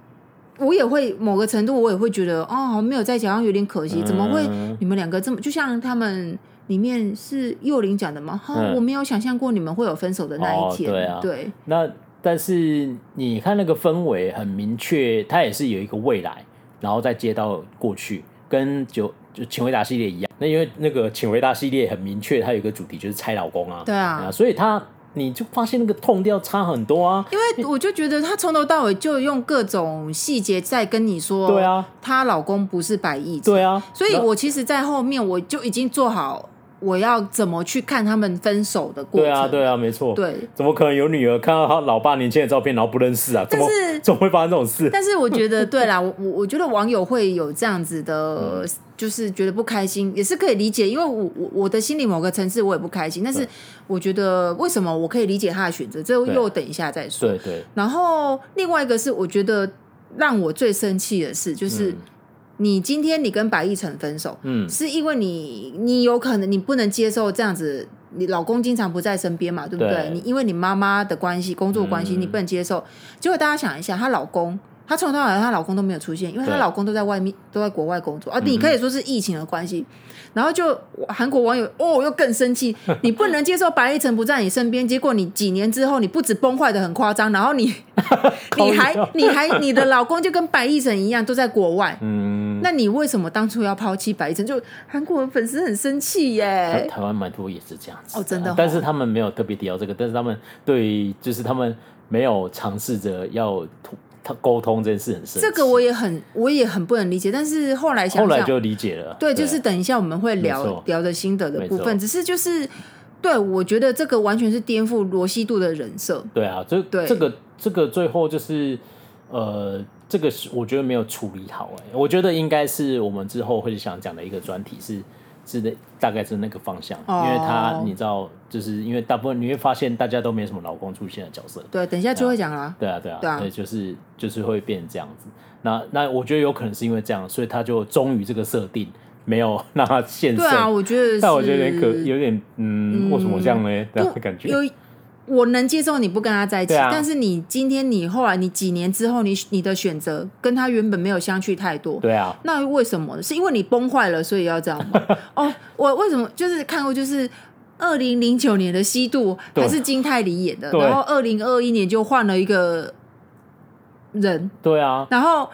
我也会某个程度，我也会觉得哦，没有在一起好像有点可惜，怎么会
嗯
你们两个这么？就像他们里面是幼玲讲的嘛，哈、
嗯
我没有想象过你们会有分手的那一天，
哦对啊
对
那但是你看那个氛围很明确，它也是有一个未来，然后再接到过去，跟九就请回答系列一样。那因为那个请回答系列很明确，它有一个主题就是猜老公啊，
对啊
所以它你就发现那个痛调差很多啊。
因为我就觉得她从头到尾就用各种细节在跟你说，
对啊，
她老公不是白亦晨，
对啊，
所以
那
我其实，在后面我就已经做好我要怎么去看他们分手的过程，
对啊对啊，没错，
对
怎么可能有女儿看到她老爸年轻的照片然后不认识啊？怎么
但 是
怎么会发生这种事？
但是我觉得，对啦，我我我觉得网友会有这样子
嗯
的，就是觉得不开心，也是可以理解，因为我我我的心里某个层次我也不开心，但是我觉得为什么我可以理解他的选择，这
对
又等一下再说。
对对，
然后另外一个是，我觉得让我最生气的事就是。你今天你跟白亦晨分手，
嗯
是因为你你有可能你不能接受这样子，你老公经常不在身边嘛，对不对？
对
你因为你妈妈的关系、工作关系，
嗯
你不能接受。结果大家想一下，她老公。她从头到尾，她老公都没有出现，因为她
对嗯
老公都在外面，都在国外工作啊。你可以说是疫情的关系，然后就韩国网友哦又更生 气，你不能接受白一晨不在你身边，结果你几年之后你不止崩坏的很夸张，然后 你你还
靠腰
你还你的老公就跟白一晨一样都在国外，
嗯，
那你为什么当初要抛弃白一晨？就韩国粉丝很生气
台
耶。
台湾蛮多也是这样子
哎
嗯
哦真的哦
但是他们没有特别提到这个，但是他们对于就是他们没有尝试着要突他沟通这件事很深。
这个我也很，我也很不能理解。但是后来想
后来
想，
就理解了，
对，就是等一下我们会
没
聊
错
聊的心得的部
没
分。
错
只是就是，对我觉得这个完全是颠覆罗西度的人设。
对啊，这
对
这个这个最后就是呃，这个是我觉得没有处理好哎、我觉得应该是我们之后会想讲的一个专题是。是的，大概是那个方向，
哦
因为他你知道，就是因为大部分你会发现大家都没什么老公出现的角色，
对，等一下就会讲啦。
对啊，对啊，
对啊
就是就是会变成这样子。那那我觉得有可能是因为这样，所以他就忠于这个设定，没有让它现身。
对啊，我觉得是。
但我觉得有点可，有点嗯，为什么这样呢？这样的感觉。
有我能接受你不跟他在一起，
对啊
但是你今天你后来你几年之后你你的选择跟他原本没有相去太多。
对啊，
那为什么呢？是因为你崩坏了，所以要这样 吗？哦，我为什么就是看过就是。二零零九年的西渡
对
还是金泰梨演的，
对
然后二零二一年就换了一个人，
对啊，
然后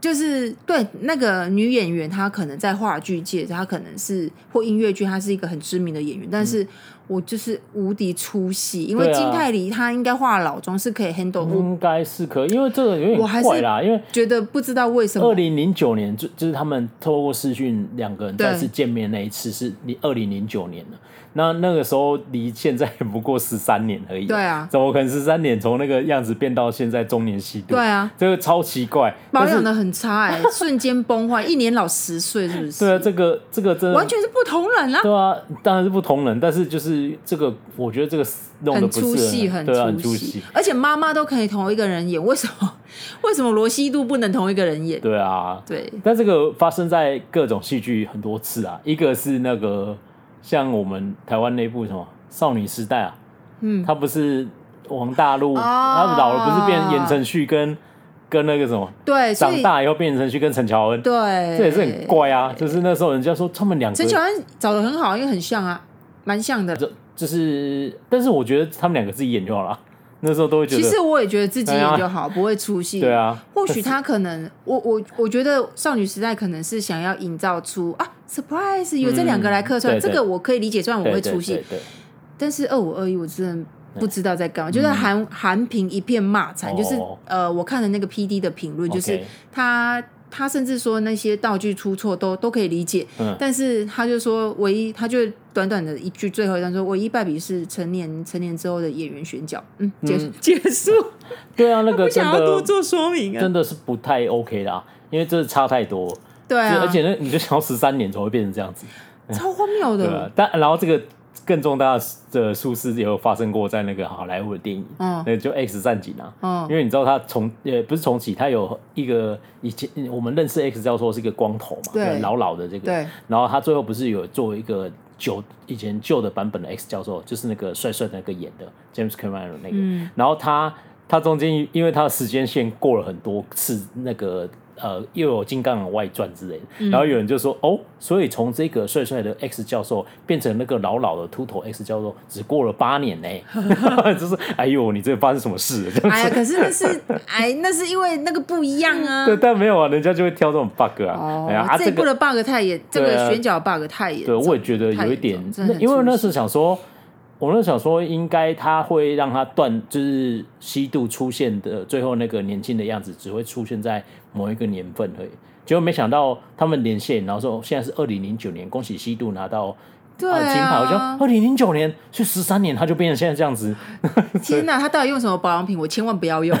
就是对那个女演员，她可能在话剧界，她可能是或音乐剧，她是一个很知名的演员，但是我就是无敌出戏，因为
嗯对啊嗯
金泰梨她应该化老妆是可以 handle，、我
应该是可以，因为这个有
我还
点
是
怪啦，因为。
觉得不知道为什
二
么，
零零九年就就是他们透过视讯两个人
对
再次见面那一次是你二零零九年了，那那个时候离现在也不过十三年而已，
对啊
怎么可能十三年从那个样子变到现在中年吸毒？
对啊，
这个超奇怪，
保
但
养
是
的很差 哎、瞬间崩坏，一年老十岁是不是？
对啊，这个这个真的
完全是不同人啦、
对啊，当然是不同人，但是就是这个，我觉得这个弄的
很
不
出
是
戏，很
对啊，很
出
戏
戏，，而且妈妈都可以同一个人演，为什么？为什么罗西度不能同一个人演？
对啊。
对，
但这个发生在各种戏剧很多次啊，一个是那个像我们台湾那部什么《少女时代》啊，
嗯，
他不是王大陆，
啊
他老了不是变言承旭跟跟那个什么，
对，所
长
以
大以后变言承旭跟陈乔恩，
对，
这也是很怪啊。就是那时候人家说他们两个
陈乔恩找的很好，因为很像啊，蛮像的。
就就是，但是我觉得他们两个自己演就好了。啊那时候都会觉
其
得，
实我也觉得自己
哎呀
演就好，不会出戏。
对。啊，
或许他可能，我我我觉得少女时代可能是想要营造出啊， surprise 有这两个来客串，
嗯对
这
对
个我可以理解，虽然我
对
会
对
出戏，
对对
但是二五二一我真的不知道在干嘛，就是韩韩评一片骂惨，就是
嗯哦
呃，我看了那个 P D 的评论，就是
OK
他他甚至说那些道具出错都都可以理解，
嗯
但是他就说唯一他就短短的一句最后一段说唯一败笔是成年成年之后的演员选角，嗯，结束、 结束，
对啊，那个
不
真
想要多
的
做说明啊
真，的是不太 OK 的啊，因为这差太多了，
对
就
啊，
而且呢，你就想要十三年才会变成这样子，
超荒谬
对啊
的
吧，？但然后这个更重大的疏失也有发生过在那个好莱坞的电影，
嗯
那就 X 战警啊，
嗯
因为你知道他重呃不是重启，他有一个以前我们认识 X 教授是一个光头嘛，
对
老老的这个，
对，
然后他最后不是有做一个旧以前旧的版本的 X 教授，就是那个帅帅的那个演的 James Cameron 那个，
嗯
然后他他中间因为他的时间线过了很多次那个。呃，又有金刚狼外传之类的，
嗯
然后有人就说、哦，所以从这个帅帅的 X 教授变成那个老老的秃头 X 教授，只过了八年呢、 就是哎呦，你这发生什么事了？这样
哎呀，可是那是哎，那是因为那个不一样啊
对，。但没有啊，人家就会挑这种 bug 啊。
哦
哎呀，啊
这一
这
部
个
的 bug 太严，这
对啊
个选角 bug 太严
对，
重。
我也觉得
太
有一
严
点
重，真的
那
很
因为
出
那
戏
时候想说，我那时候想说应该他会让他断，就是西渡出现的最后那个年轻的样子，只会出现在某一个年份而已。结果没想到他们连线，然后说现在是二零零九年，恭喜西渡拿到。
对
呃金牌，我就
啊
二零零九年，去十三年，他就变成现在这样子。
天哪，他到底用什么保养品？我千万不要 用。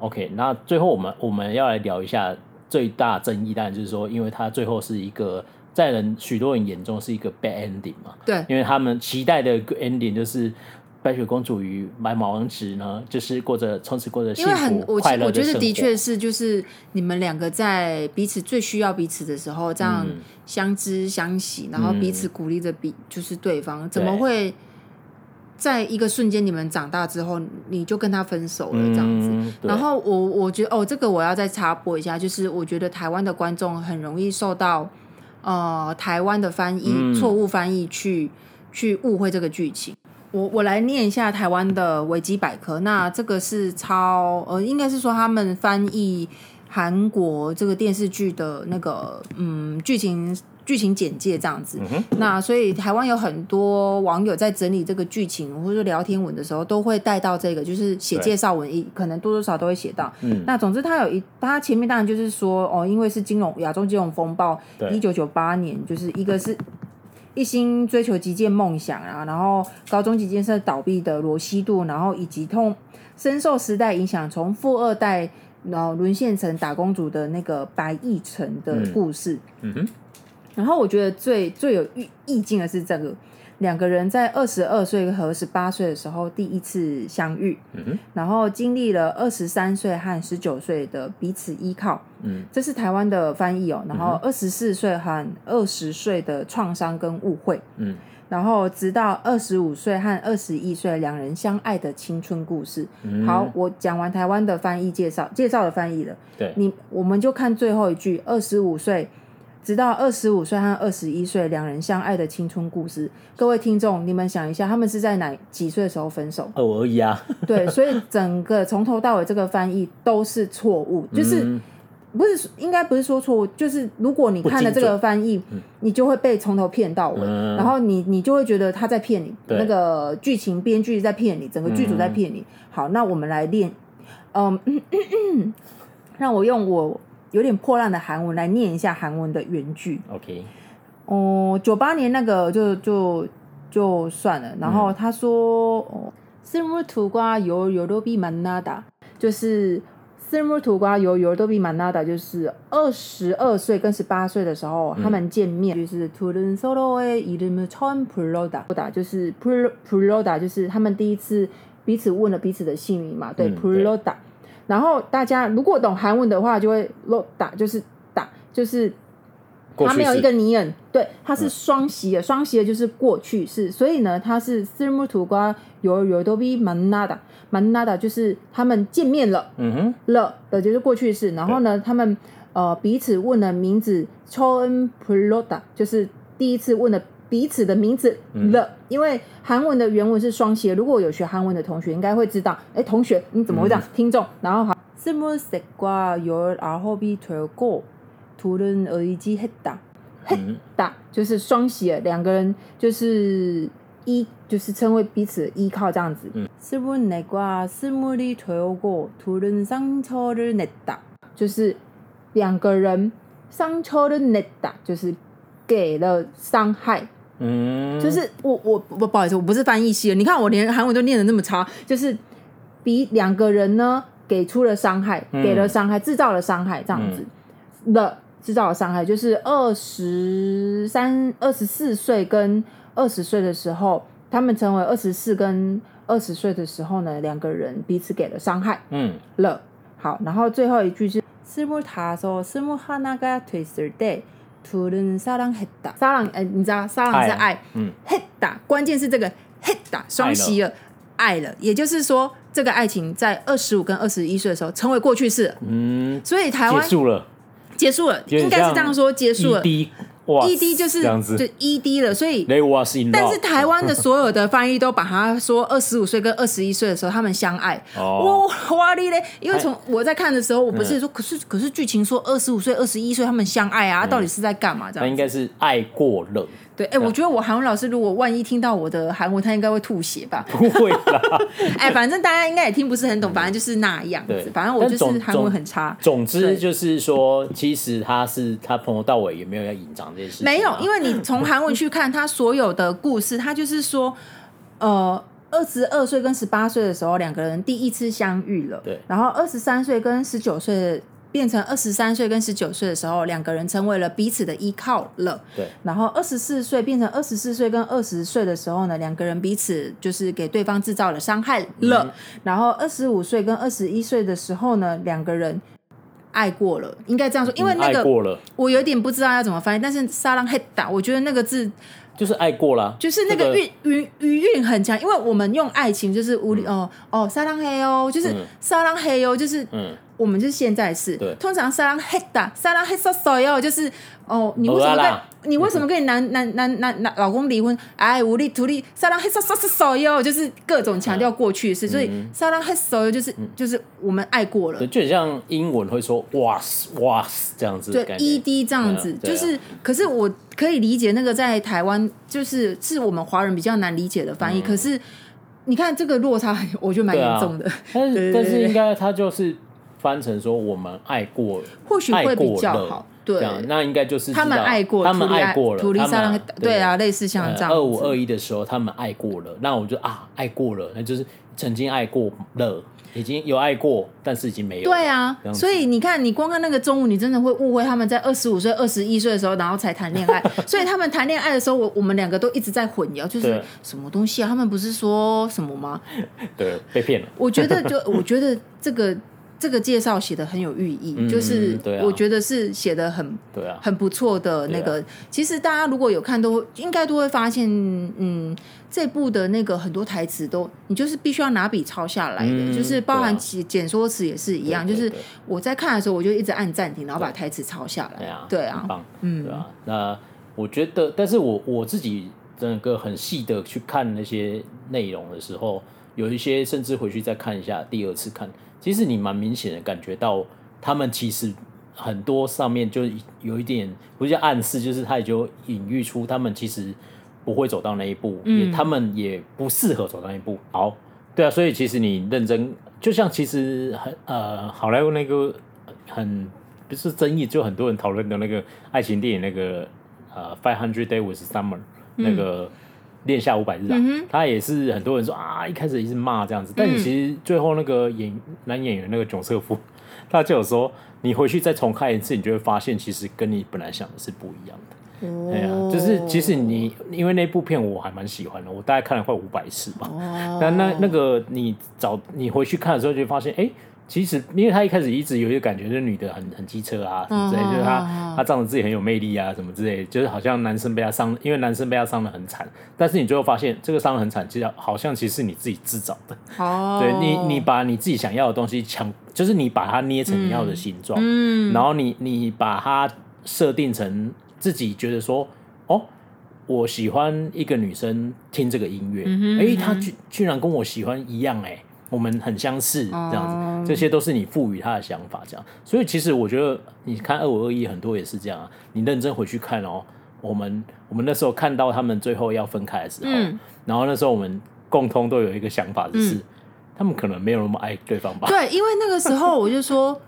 OK，那最后我们我们要来聊一下最大争议，当然就是说，因为它最后是一个在人许多人眼中是一个 bad ending 嘛，
对，
因为他们期待的 ending 就是白雪公主与白马王子呢，就是过着从此过着
因
幸
为很
福
我
快
其
乐
我
的
觉
生
得
活。
的确是，就是你们两个在彼此最需要彼此的时候，这样
嗯
相知相惜，然后彼此鼓励着彼，就是对方，怎么会在一个瞬间你们长大之后，你就跟他分手了这样子？
嗯，对
然后我我觉得哦，这个我要再插播一下，就是我觉得台湾的观众很容易受到呃台湾的翻译、
嗯
错误翻译去去误会这个剧情。我我来念一下台湾的维基百科，那这个是超呃，应该是说他们翻译韩国这个电视剧的那个嗯剧情剧情简介这样子。
嗯
那所以台湾有很多网友在整理这个剧情或者说聊天文的时候，都会带到这个，就是写
对
介绍文，一可能多多少少都会写到。
嗯
那总之，它有一，它前面当然就是说，哦，因为是金融亚洲金融风暴，
对
一九九八年，就是一个是一心追求极限梦想啊，然后高中极限社倒闭的罗西度，然后以及痛深受时代影响，从富二代然后沦陷成打工族的那个白亦辰的故事。
嗯哼，
然后我觉得最最有意意境的是这个。两个人在二十二岁和十八岁的时候第一次相遇，
嗯哼，
然后经历了二十三岁和十九岁的彼此依靠，
嗯
这是台湾的翻译哦。然后二十四岁和二十岁的创伤跟误会，
嗯
然后直到二十五岁和二十一岁两人相爱的青春故事。
嗯，
好，，我讲完台湾的翻译介绍，介绍了翻译了。
对，
你我们就看最后一句，二十五岁。直到二十五岁和二十一岁两人相爱的青春故事，各位听众，你们想一下，他们是在哪几岁的时候分手？
二五二一啊，
对，所以整个从头到尾这个翻译都是错误，就是、
嗯
不是应该不是说错误，就是如果你看了这个翻译，你就会被从头骗到尾，
嗯
然后你你就会觉得他在骗你，
对嗯
那个剧情编剧在骗你，整个剧组在骗你。好，那我们来练，嗯， 让我用我有点破烂的韩文来念一下韩文的原句。
OK，
哦，九八年那个就就就算了。然后他说，哦，斯姆土瓜油油都比曼纳达，就是斯姆土瓜油油都比曼纳达，就是二十二岁跟十八岁的时候、他们见面，就是투른서로의이름을처음불러다，就是 불 불러다，就是他们第一次彼此问了彼此的姓名嘛，对，
嗯
불러다。然后大家如果懂韩文的话，就会 로打，就是打，就是。
过
它
去
没有
式嗯
一个拟人，对，它是双席的，双席的就是过去式，所以呢，它是斯姆土瓜有有多比曼纳达，曼纳达就是他们见面了
嗯哼，
了的就是过去式，然后呢，他们呃彼此问了名字 c h o n p r o d a 就是第一次问了。彼此的名字了，因为韩文的原文是双写，如果有学韩文的同学，应该会知道。哎，同学，你怎么会这样？听众，然后好，스물셋과열아홉이되고둘은의지했다 嘿
嗯
打，就是双喜儿两个人就是依，就是成为彼此的依靠这样子。스분내과스물이되어고둘은상처를냈다，就是两个人상처를냈다，就是给了伤害。
嗯，
就是我我我不好意思，我不是翻译系的。你看我连韩文都念的那么差，就是比两个人呢给出了伤害，
嗯
给了伤害，制造了伤害这样子了，制造了伤害就是二十三、二十四岁跟二十岁的时候，他们成为二十四跟二十岁的时候呢，两个人彼此给了伤害
嗯
了。好，然后最后一句是스물다섯스물하나가됐을때둘은사랑했다。사랑，呃，你知道，사랑是
爱
爱。
嗯，
hit 打，关键是这个 hit 打双喜了，爱了，也就是说，这个爱情在二十五跟二十一岁的时候成为过去式了，
嗯，
所以台
结
湾
束了，
结束了，
有点
应该是这样说，结束了。
ED 哇
ED 就是
这样子
就 ED 了，所以。
，They was in love，
但是台湾的 所有的翻译都把它说二十五岁跟二十一岁的时候他们相爱，
哦，哎嗯
我哇哩嘞！因为从我在看的时候，我不是说，可是可是剧情说二十五岁、二十一岁他们相爱
嗯
啊，到底是在干嘛这
那
样
应？该是爱过了，
对，哎、我觉得我韩文老师如果万一听到我的韩文，他应该会吐血吧。
不会啦。
哎，反正大家应该也听不是很懂，反正就是那样
嗯对
子。反正我就
但
是
总
韩文很差。
总之
对
就是说，其实他是他从头到尾也没有要隐藏这件事情啊，
没有，因
为
为你从韩文去看他所有的故事，他就是说，呃，二十二岁跟十八岁的时候，两个人第一次相遇了。
对
然后二十三岁跟十九岁变成二十三岁跟十九岁的时候，两个人成为了彼此的依靠了。
对。
然后二十四岁变成二十四岁跟二十岁的时候呢，两个人彼此就是给对方制造了伤害
嗯
了。然后二十五岁跟二十一岁的时候呢，两个人爱过了，应该这样说，因为那
嗯爱
个
过了，
我有点不知道要怎么翻译，但是沙浪黑打，我觉得那个字
就是爱过了，
就是那
这
个韵韵余韵很强，因为我们用爱情就是无理、哦哦沙浪黑哦，就是
嗯
沙浪黑哦，就是。
嗯，
我们就是现在式
对，
通常沙浪黑打，沙浪黑 so so 哟，就是哦，你为什么
蚵仔
跟
啦
你为什么跟你 男男男男男老公离婚？哎，无力图利，沙浪黑 so so so so 哟，就是各种强调过去式，所以沙浪黑 so 就是就是我们爱过了
嗯对，，就很像英文会说 was was 这样子
对
的
E
感觉，
ED 这样子，
嗯对
就
啊
是可是我可以理解那个在台湾就是是我们华人比较难理解的
嗯
翻译，可是你看这个落差很，我觉得蛮
对啊
严重的，
但
对对对
是但是应该他就是翻成说我们爱过了，
或许会比较
爱过
好
了。
对
这，样那应该就是知道
他们爱过，
他们
图利
爱过了，
图利
他
萨
们
拉
爱
对啊，，类似像这样子
二五二一的时候他们爱过了，那我就啊爱过了，那就是曾经爱过了，已经有爱过，但是已经没有了，
对啊
这，样子
所以你看，你光看那个中午，你真的会误会他们在二十五岁、二十一岁的时候，然后才谈 恋爱。所以他们谈恋爱的时候，我我们两个都一直在混淆，就是
对
什么东西啊？他们不是说什么吗？
对，被骗了。
我觉得 就我觉得这个这个介绍写的很有寓意，
嗯
就是
对啊
我觉得是写的很
对啊，
很不错的那个。其实大家如果有看都，应该都会发现，嗯，这部的那个很多台词都，你就是必须要拿笔抄下来的，
嗯
就是包含
对啊
简简说词也是一样。
对对
就
对
是我在看的时候，我就一直按暂停，然后把台词抄下来。
对啊，
对
很
啊，
棒，对啊。那我觉得，但是我我自己整个很细的去看那些内容的时候，有一些甚至回去再看一下，第二次看，其实你蛮明显的感觉到他们其实。很多上面就有一点不是叫暗示，就是他也就隐喻出他们其实不会走到那一步，
嗯
也他们也不适合走到那一步。好，对啊，所以其实你认真，就像其实很呃，好莱坞那个很不是争议，就很多人讨论的那个爱情电影那个呃《Five Hundred Days with Summer、那个恋夏五百日啊，他也是很多人说啊，一开始一直骂这样子，但
嗯
你其实最后那个演男演员那个囧瑟夫， 他就有说，你回去再重看一次，你就会发现其实跟你本来想的是不一样的。对啊，就是其实你因为那部片我还蛮喜欢的，我大概看了快五百次吧。
哦，
但那那个你找你回去看的时候，就发现哎、诶其实因为他一开始一直有一个感觉，就是女的很很机车啊什么之类，
嗯
就是
嗯嗯
她她仗着自己很有魅力啊什么之类，就是好像男生被她伤，因为男生被她伤的很惨，但是你最后发现这个伤的很惨，其实好像其实是你自己自找的。
哦，
对你，你把你自己想要的东西强，就是你把它捏成你要的形状，
嗯
然后你你把它设定成自己觉得说，哦，我喜欢一个女生听这个音乐，
嗯哼
诶，
嗯哼
她居居然跟我喜欢一样、诶，我们很相似，这样子，
哦
这些都是你赋予她的想法，这样。所以其实我觉得，你看二五二一很多也是这样啊，你认真回去看哦，我们我们那时候看到他们最后要分开的时候，
嗯
然后那时候我们共通都有一个想法，就是、
嗯
他们可能没有那么爱对方吧。
对，因为那个时候我就说，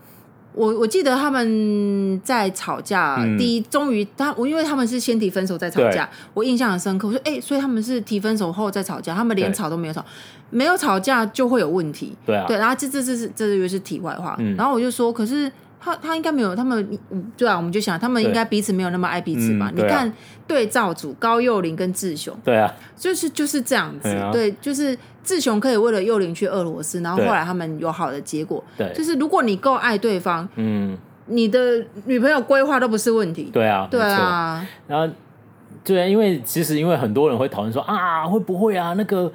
我我记得他们在吵架，
嗯
第一终于他我因为他们是先提分手再吵架，我印象很深刻。我说哎、所以他们是提分手后再吵架，他们连
对
吵都没有吵，没有吵架就会有问题。
对啊，
对，然后这这这是这又是题外话。
嗯
然后我就说，可是他他应该没有他们，嗯对啊，我们就想他们应该彼此没有那么爱彼此吧？
嗯
你
对啊
看对照组高幼林跟志雄，
对啊，
就是就是这样子，
对啊
对，就是志雄可以为了幼林去俄罗斯，然后后
对
来他们有好的结果。
对，
就是如果你够爱对方，
嗯，
你的女朋友规划都不是问题。
对啊，
对
没错。
啊，
然后，对啊，因为其实因为很多人会讨论说啊，会不会啊，那个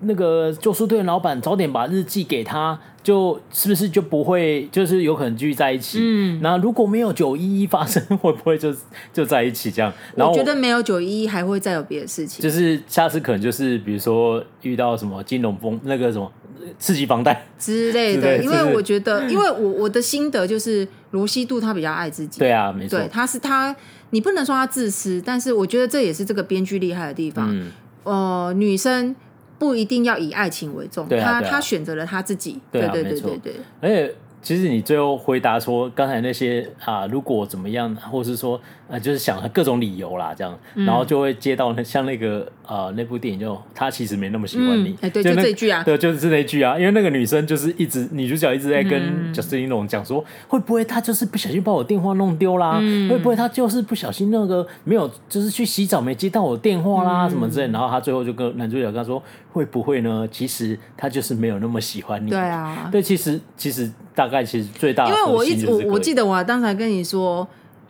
那个救赎队的老板早点把日记给他，就是不是就不会，就是有可能继续在一起。嗯，那如果没有九一一发生，会不会就就在一起这样？然后
我觉得没有九一一还会再有别的事情。
就是下次可能就是比如说遇到什么金融风那个什么刺激房贷，
之类
之类
的，因
就
为
是嗯
我觉得，因为我我的心得就是罗西度他比较爱自己，
对啊，没错
对，，他是他，你不能说他自私，但是我觉得这也是这个编剧厉害的地方。
嗯，
呃，女生不一定要以爱情为重，
对啊
她
对啊
她选择了她自己，
对
对
啊
对
没
对
错
对对，
而且其实你最后回答说刚才那些啊，如果怎么样，或是说呃，就是想各种理由啦，这样，
嗯
然后就会接到那像那个呃那部电影就他其实没那么喜欢你
嗯，哎对
那
就这一句啊
对，就是那一句啊，因为那个女生就是一直女主角一直在
嗯
跟 Justin Long 讲说，会不会他就是不小心把我电话弄丢啦？
嗯
会不会他就是不小心那个没有，就是去洗澡没接到我电话啦、
嗯
什么之类的，然后他最后就跟男主角跟他说，会不会呢？其实他就是没有那么喜欢你，
对啊
对，啊其实其实大概其实最大的
因为我
核
一
心
直
就是
我
这个
我记得我刚才跟你说。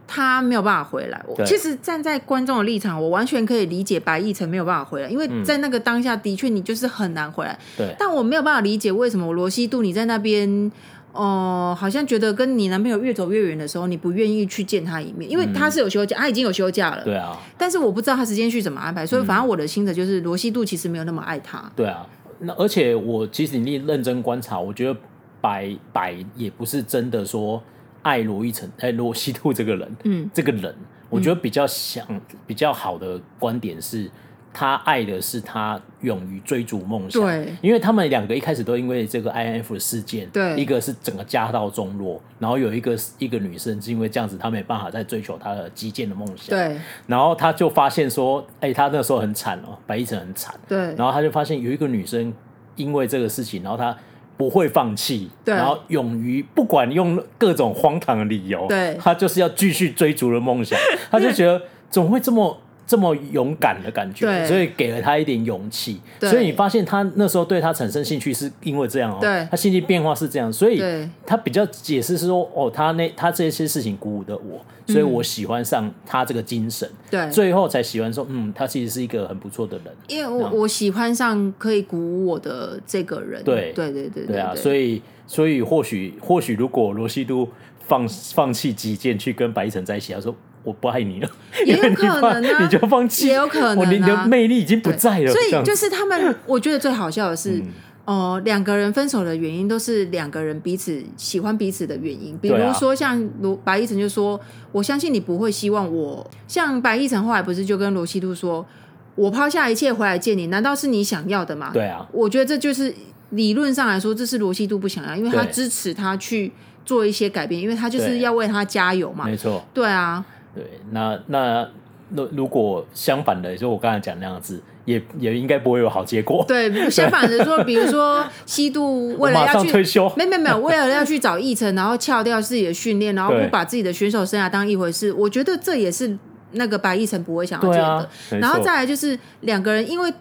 他没有办法回来。我
对
其实站在观众的立场，我完全可以理解白亦晨没有办法回来，因为在那个当下，的确你就是很难回来。
嗯对
但我没有办法理解为什么罗西度你在那边，哦、好像觉得跟你男朋友越走越远的时候，你不愿意去见他一面，因为他是有休假，他已经有休假了。
嗯对嗯啊
但是我不知道他时间序怎么安排，所以反正我的心得就是罗西度其实没有那么爱他。
对啊，那而且我其实你认真观察，我觉得百百也不是真的说爱罗一成哎罗西兔这个人，
嗯，
这个人，我觉得比较想、比较好的观点是。他爱的是他勇于追逐梦想，
对
因为他们两个一开始都因为这个 I N F 事件，
对
一个是整个家道中落，然后有一个一个女生是因为这样子，她没办法再追求她的极限的梦想，
对
然后他就发现说，哎、他那时候很惨哦，白一晨很惨。
对
然后他就发现有一个女生因为这个事情，然后她不会放弃，
对
然后勇于不管用各种荒唐的理由，
对
她就是要继续追逐的 梦想。他就觉得怎么会这么这么勇敢的感觉，
对
所以给了他一点勇气。
对
所以你发现他那时候对他产生兴趣是因为这样哦，
对
他兴趣变化是这样，所以
对
他比较解释是说，哦，他那他这些事情鼓舞的我，所以我喜欢上他这个精神，
对，
最后才喜欢说，嗯，他其实是一个很不错的人，
因为我我喜欢上可以鼓舞我的这个人。
对
对对对
对啊，
对
所以所以或许或许如果罗西都放放弃己见去跟白一晨在一起，他说我不 爱你了，
也有
因为你
可
放
能啊
你就放弃，
也有可能啊
我你的魅力已经不
对
在了，
所
这样
以
子
就
嗯
是他 们，我觉得最好笑的是，哦、两个人分手的原因都是两个人彼此喜欢彼此的原因。比
对啊
如说像罗白亦晨就说：“我相信你不会希望我。”像白亦晨后来不是就跟罗西度说：“我抛下一切回来见你，难道是你想要的吗？”
对啊，
我觉得这就是理论上来说，这是罗西度不想要，因为他
对
支持他去做一些改变，因为他就是
对
要为他加油嘛。
没错，
对啊，
对，那那那如果相反的，就我刚才讲那样子，也也应该不会有好结果，
对，相反的说，比如说西渡为了
马
要
上
去
退休，
没没没有，为了要去找议程，然后翘掉自己的训练，然后
对
不把自己的选手生涯当一回事，我觉得这也是那个白亦晨不会想要
对
见的。
啊，没
然后
错
再来就是两个人因为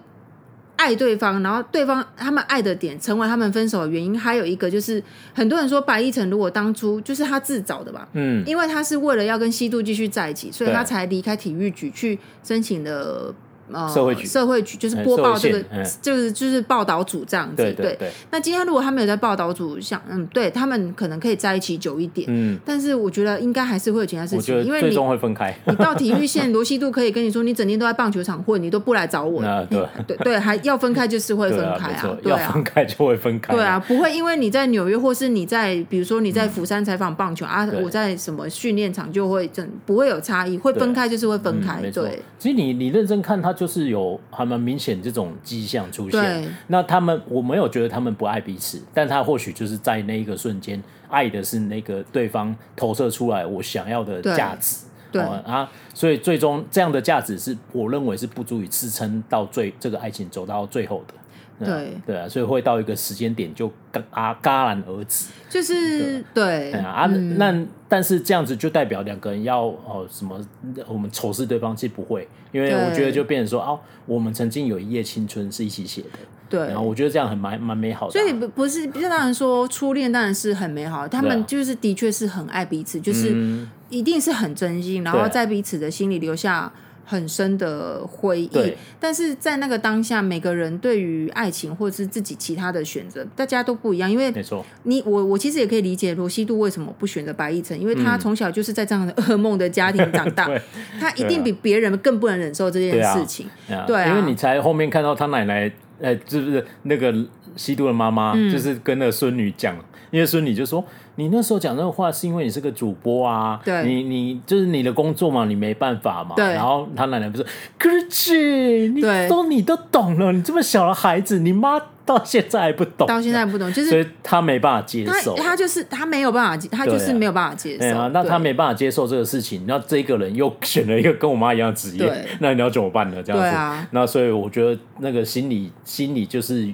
爱对方，然后对方他们爱的点成为他们分手的原因，还有一个就是很多人说白亦晨如果当初就是他自找的吧，
嗯，
因为他是为了要跟西渡继续在一起，所以
对
他才离开体育局去申请了呃
社会局
社会局就是
哎
播
社会
报这个
线，哎
就是就是报道组这样子。
对对对，
那今天如果他们有在报道组想，嗯，对他们可能可以在一起久一点，
嗯，
但是我觉得应该还是会有其他事
我觉
情，
得
因为
最
你
终会分开。
你到体育线，罗西度可以跟你说，你整天都在棒球场混，你都不来找我，
那对
对对，还要分开就是会分
对啊，
开
没错，
对
要
啊。
分开就会分开。
对啊，，不会因为你在纽约，或是你在比如说你在釜山采访棒球、啊，
对
我在什么训练场就会真不会有差异，会分开就是会分开，
嗯没错
对，
其实你你认真看，他就是有还蛮明显这种迹象出现
对。
那他们我没有觉得他们不爱彼此，但他或许就是在那一个瞬间爱的是那个对方投射出来我想要的
对
价值。
对
哦啊，所以最终这样的价值是我认为是不足以支撑到最这个爱情走到最后的。啊
对
对啊，所以会到一个时间点就戛啊戛然而止。
就是对嗯
对啊，啊那但是这样子就代表两个人要哦什么，我们仇视对方，其实不会，因为
对
我觉得就变成说哦，我们曾经有一夜青春是一起写的，
对
然后。我觉得这样很蛮蛮美好的啊、
所以不不是，就当然说初恋当然是很美好，他
对
们
啊
就是的确是很爱彼此，就是
嗯
一定是很真心，然
对
后
啊
在彼此的心里留下很深的回忆
对。
但是在那个当下，每个人对于爱情或是自己其他的选择，大家都不一样，因为
没错，
你我我其实也可以理解罗西度为什么不选择白亦晨，因为他从小就是在这样的噩梦的家庭长大，
嗯 对啊
他一定比别人更不能忍受这件
对啊
事情。
啊
对啊
因为你才后面看到他奶奶，呃，是不是那个吸毒的妈妈，
嗯
就是跟那个孙女讲，因为孙女就说你那时候讲那个话是因为你是个主播啊，
对
你你就是你的工作嘛，你没办法嘛，
对
然后他奶奶不是，可是姐，你
对
都你都懂了，你这么小的孩子，你妈到现在还不懂，
到现在不懂，就
哦啊所
是
以他没办法接
他
受，
他就是他没有办法接，他
对
就
啊
是没有办法接受。
对啊，那
对
他没办法接受这个事情，那这个人又选了一个跟我妈一样的职
对
业， 那你要怎么办呢？这样子，
对啊
那所以我觉得那个心理心理就是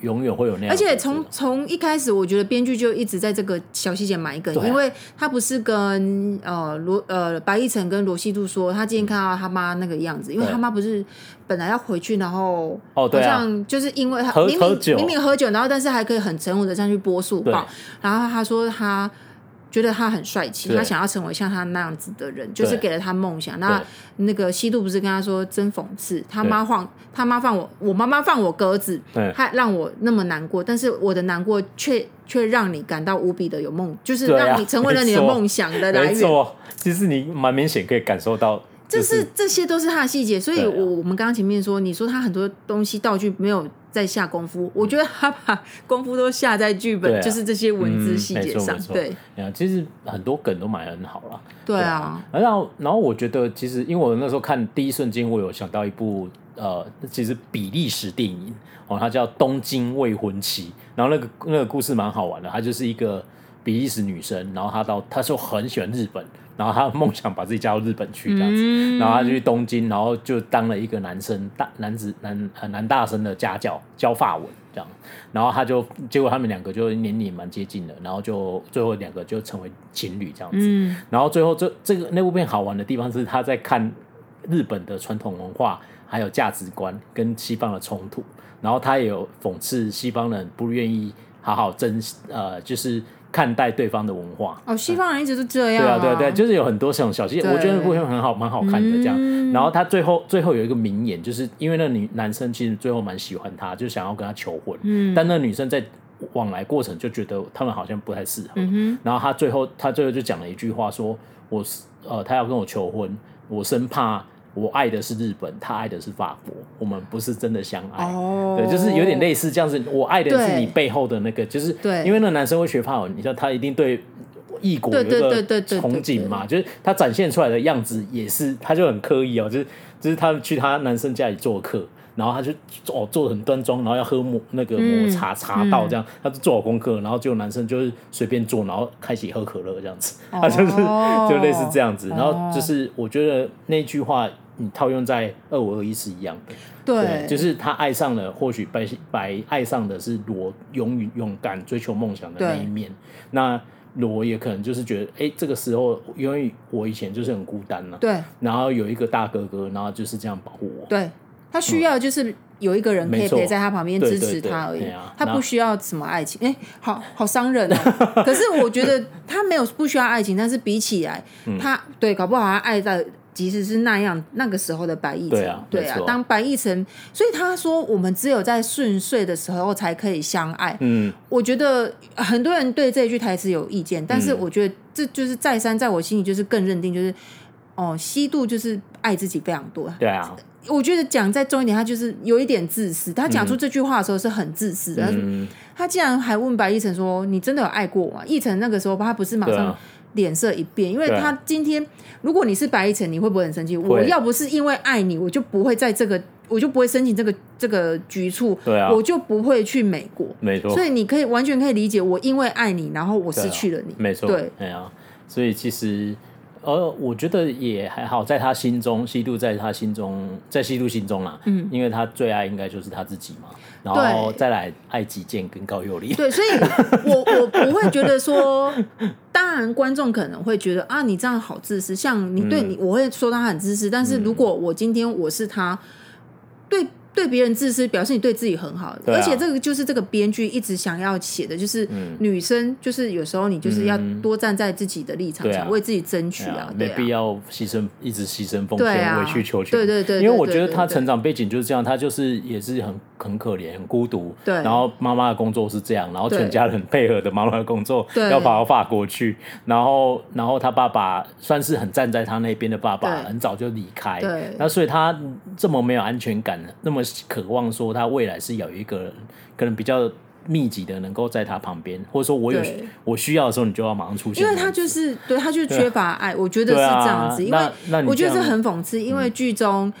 永远会有那样的
而
这个，
且从从一开始，我觉得编剧就一直在这个小细节埋梗，
对啊
因为他不是跟呃罗呃白亦晨跟罗西度说，他今天看到他妈那个样子，因为
对
他妈不是本来要回去，然后
哦对啊
好像就是因为他
喝
明
喝
明
酒
明明喝酒，然后但是还可以很沉稳的上去播速
对
报，然后他说他。觉得他很帅气，
对
他想要成为像他那样子的人，就是给
对
了他梦想。那那个西渡不是跟他说真讽刺，他妈放他妈放我，我妈妈放我鸽子，
对
还让我那么难过，但是我的难过却却让你感到无比的有梦，就是
对啊
让你成为了你的
没错
梦想的来
没
源。
错，其实你蛮明显可以感受到，
这
就是
是这些都是他的细节，所以
对啊
我我们刚刚前面说，你说他很多东西道具没有在下功夫，我觉得他把功夫都下在剧
对
本，
啊
就是这些文字细节上
嗯没，错
对
没错啊，其实很多梗都蛮很好啦。
对啊，
然后，然后我觉得，其实因为我那时候看第一瞬间，我有想到一部呃，其实比利时电影哦，它叫《东京未婚妻》，然后那个那个故事蛮好玩的，她就是一个比利时女生，然后她到她说很喜欢日本，然后她的梦想把自己嫁到日本啊去这样子，
嗯
然后她就去东京，然后就当了一个男生大男子男呃男大生的家教教法文这样，然后他就结果他们两个就年龄蛮接近的，然后就最后两个就成为情侣这样子。
嗯，
然后最后这这个那部片好玩的地方是他在看日本的传统文化还有价值观跟西方的冲突，然后他也有讽刺西方人不愿意好好珍惜呃就是看待对方的文化。
哦，西方人一直都这样、
对啊，对啊，对啊，就是有很多这种小细节，
对
我觉得那部片很好，蛮好看的这样。
嗯
然后他最后最后有一个名言，就是因为那女男生其实最后蛮喜欢她，就想要跟她求婚，
嗯
但那女生在往来过程就觉得他们好像不太适合，
嗯
然后他最后他最后就讲了一句话说，我是呃他要跟我求婚，我生怕我爱的是日本，他爱的是法国，我们不是真的相爱。
哼，哦，
哎对，就是有点类似这样子。我爱的是你
对
背后的那个，就是
对
因为那个男生会学法文，你知道他一定对异国有一
对对
个
对对对对
憧憬嘛，就是他展现出来的样子也是，他就很刻意哦，就是就是他去他男生家里做客。然后他就哦做的很端庄，然后要喝抹那个
嗯
抹茶茶道这样，他就做好功课，然后就男生就是随便做，然后开始喝可乐这样子，他就是
哦
就类似这样子，然后就是我觉得那句话你套用在二五二一是一样的，对，就是他爱上了，或许白白爱上的是罗勇于勇敢追求梦想的那一面。那罗也可能就是觉得，哎、这个时候因为我以前就是很孤单了、
对
然后有一个大哥哥，然后就是这样保护我。
对，他需要就是有一个人可以
嗯没错
陪在他旁边
对
支
对
持
对
他而已
对啊，
他不
那
需要什么爱情。哎，好好伤人哦。
嗯
可是我觉得他没有不需要爱情，但是比起来，他对搞不好他爱在即使是那样那个时候的白亦
对
辰
啊，
对
没
啊
错，
当白亦辰，所以他说我们只有在顺遂的时候才可以相爱。
嗯，
我觉得很多人对这一句台词有意见，但
嗯
是我觉得这就是再三在我心里就是更认定就是。哦，西渡就是爱自己非常多。
对啊，
我觉得讲再重一点，他就是有一点自私。他讲出这句话的时候是很自私的。他说
嗯，
他竟然还问白亦辰说：“你真的有爱过我吗？”亦辰那个时候他不是马
对
上
啊，
脸色一变，因为
对啊
他今天如果你是白亦辰，你会不会很生气？我要不是因为爱你，我就不会在这个，我就不会申请这个这个局处，
对啊哦
我就不会去美国。
没错
所，以你可以完全可以理解，我因为爱你，然后我
啊
失去了你。
没错，
对，
哎呀，所以其实。呃，我觉得也还好，在他心中，西渡在他心中，在西渡心中啦，嗯，因为他最爱应该就是他自己嘛，然后
对
再来爱极剑跟高佑里，
对，所以我 我不会觉得说，当然观众可能会觉得啊，你这样好自私。像你
嗯
对你，我会说他很自私，但是如果我今天我是他，对对别人自私，表示你对自己很好。
对啊嗯
而且这个就是这个编剧一直想要写的，就是女生，就是有时候你就是要多站在自己的立场
对
上，
啊
为自己争取
哎呀
啊，
没
对
必
啊。
要牺牲，一直牺牲奉
对
献、
啊
委曲求全。
对对对对
因为我觉得
对
他
对
成长背景就是这样，他就是也是很很可怜、很孤独。
对
然后妈妈的工作是这样，然后
对
全家人很配合的妈妈的工作，
对
要跑到法国去。然后，然后他爸爸算是很站在他那边的爸爸，
对
很早就离开。
对
那所以他这么没有安全感，那么渴望说他未来是有一个人可能比较。密集的能够在他旁边，或者说我有
对
我需要的时候，你就要马上出现
因
这样
为
子。
他就是对他就是缺乏爱，我觉得是
啊对啊
这样子。因为
那那你
我觉得
这
这
样嗯
很讽刺，因为剧中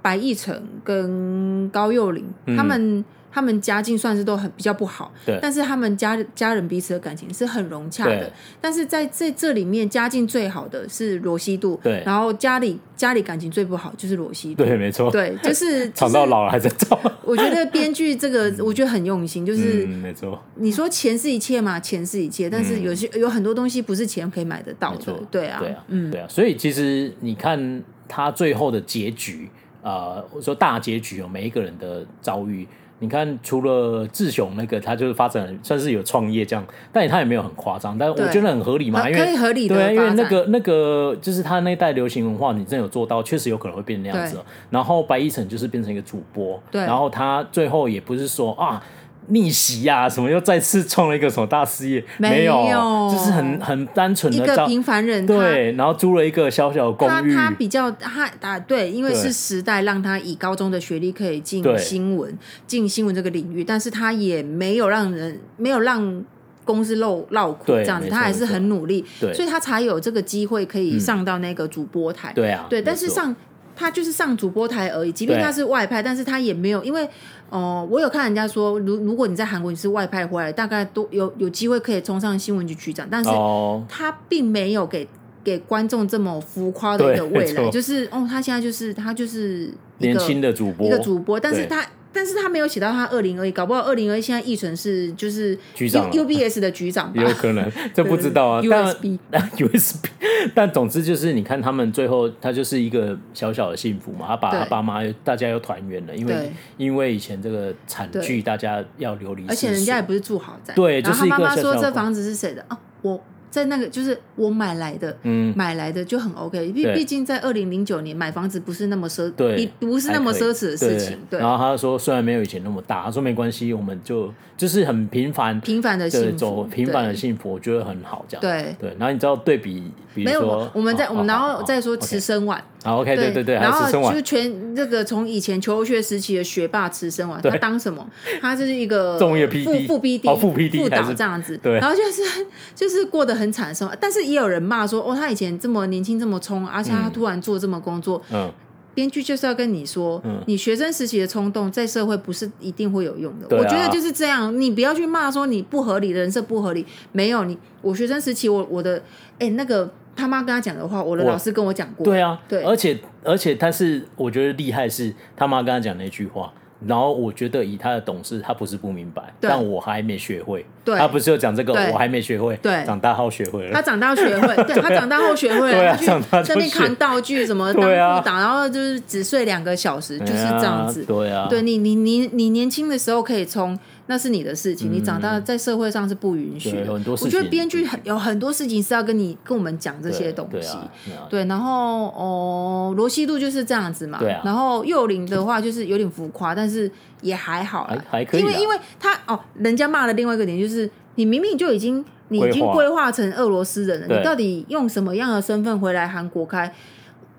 白亦辰跟高幼霖、他们他们家境算是都很比较不好，
嗯对
但是他们家家人彼此的感情是很融洽的
对。
但是在这这里面，家境最好的是罗西度，
对
然后家里家里感情最不好就是罗西度，
对，没错，
对， 就是
吵到。老了还在吵。
就是我觉得编剧这个，我觉得很用心，就是
嗯，没错，
你说钱是一切嘛，钱是一切，但是有些、有很多东西不是钱可以买得到
嗯没
的
错，，
对啊，
对啊，嗯，对啊。所以其实你看他最后的结局，呃，我说大结局哦，每一个人的遭遇。你看，除了志雄那个，他就是发展算是有创业这样，但他也没有很夸张，但我
对
觉得很合理嘛，
合
因
呃可以
为
合理地
对啊，因
发
为
展
那个那个就是他那一代流行文化，你真的有做到，确实有可能会变那样子哦。然后白一晨就是变成一个主播，
对
然后他最后也不是说啊逆袭呀、什么又再次创了一个什么大事业，
没
没
有
就是很很单纯
一
的
个
照
平凡人，
对，然后租了一个小小的公
他他
寓，
他比较他啊对，因为
对
是时代让他以高中的学历可以进
对
新闻，进新闻这个领域，但是他也没有让人没有让。公司露落苦
对
这样子，
没
他
错
还是
没错
很努力，
对嗯
所以他才有这个机会可以上到那个主播台。
对啊，
对，
没
但是
错
上他就是上主播台而已，即便
对
他是外派，但是他也没有，因为哦、呃我有看人家说，如如果你在韩国你是外派回来，大概都有有机会可以冲上新闻局局长，但是
哦，
他并没有给给观众这么浮夸的一个
对
未
没
来，
错
就是哦，他现在就是他就是一
年
个
轻的主播，
一个主播，但是
对
他。但是他没有写到他二零二一，搞不好二零二一现在译成是就是
局长了
U B S 的局长吧
也有，可能，这不知道啊。
对
但
USB
USB，但总之就是，你看他们最后，他就是一个小小的幸福嘛。他把
对
他爸妈又，大家又团圆了，因
对
为因为以前这个惨
对
剧，大家要流离失所，
而且人家也不是住豪宅，
对
然后
就是
他
一个
妈妈
小
说
小
这
公
房子是谁的哦，我在那个就是我买来的，
嗯，
买来的就很 OK，毕
对
毕竟在二零零九年买房子不是那么奢，
对
比不是那么
还可以
奢侈的事情，对
然，后他说，虽然没有以前那么大，他说没关系，我们就就是很平凡。
平凡的
对，
幸
走
福，
平凡的幸福，我觉得很好，这样。
对
对，然后你知道对比，比
对，
如
没有
说
我，我们在
哦
我们
好
然
好
后
好
再说
OK
池生碗，
好，OK，对对对，还
然
有
后
吃生
就
丸
是全这个从以前求学时期的学霸池生碗，他
对
当什么？他就是一个
中业
副
PD
副 PD
哦副 PD
副
还
导
是
这样子，
对
然后就是 就是过得很惨受，但是也有人骂说，哦，他以前这么年轻这么冲，而且他突然做这么工作，
嗯，
编剧就是要跟你说，你学生时期的冲动在社会不是一定会有用的。
对啊
我觉得就是这样，你不要去骂说你不合理，人设不合理。没有你，我学生时期我我的哎、那个他妈跟他讲的话，我的
我
老师跟我讲过。
对啊，
对
而且而且他是我觉得厉害是他妈跟他讲那句话。然后我觉得以他的懂事，他不是不明白，
对
但我还没学会。
对
他不是有讲这个，
对
我还没学会。
对
长大后学 会
他
了。
长大后学会，对他长大后学会
对
了，他
啊
去
长大就
那边
学
扛道具什么当
对啊
副导，然后就是只睡两个小时，就是这样子。
哎呀对啊，
对你，你你你年轻的时候可以冲，那是你的事情，你长大在社会上是不允许
嗯对
的。
有很多事
我觉得
情
编剧很有很多事情是要跟你跟我们讲这
对
些东
对
西。
啊对啊
对，然后哦，罗西度就是这样子嘛。
对啊
然后幼龄的话就是有点浮夸，但是也还好啦，
还还可以
因为
啦
因为他哦，人家骂的另外一个点就是，你明明就已经你已经
规划
规划成俄罗斯人了，
对
你到底用什么样的身份回来韩国开？